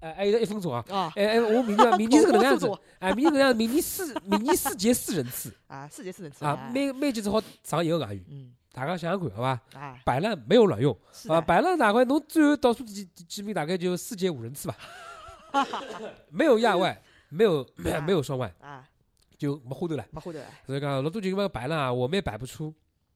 哎，还有一分钟啊。啊哎哎，我明年明 年是搿能样跑子跑速，哎，明年搿能样，明年四明年四节四人次啊！世界是能吃啊，每每节只好上一个外援，嗯大家想想看，好伐？啊摆烂没有卵用是啊，的，摆烂大概侬最后倒数几几几名大概就四节五人 次吧，没有亚外，没有没有双外，啊就没花头了。没花头，所以讲老多球迷摆烂啊，我们也摆不出，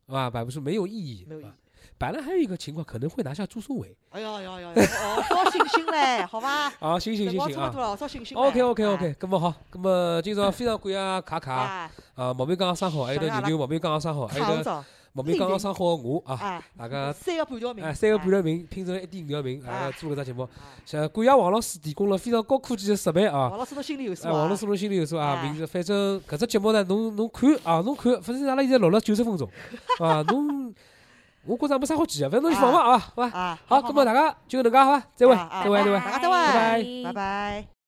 是吧？摆不出没有意义，没有意义啊。摆烂还有一个情况可能会拿下朱松伟哎呀呀呀，哦，少信 心嘞，好伐？啊，行行辰行光行差不啊多。了，少信心嘞。 OK OK 啊 OK，那么好，那么今朝非常感谢卡卡啊，啊，毛病刚刚生好，还有得想让牛牛毛病刚刚生好，还有厂得长毛病刚刚生好的我啊，啊，大家三个半条命，哎三个半条条命拼成一点五条命，大家啊做了只节目，想感谢王老师提供了非常高科技的设备啊。王老师都心里有数哎，啊。王老师侬心里有数啊，哎明日反正搿只节目呢，侬侬看啊，侬看，反正阿拉现在录了九十分 钟啊，侬我觉着也没啥好记啊，反正侬去放放啊，好吧？啊，好，那么大家就搿能介好伐？再会，啊啊再会，再会大。家再会，拜拜拜。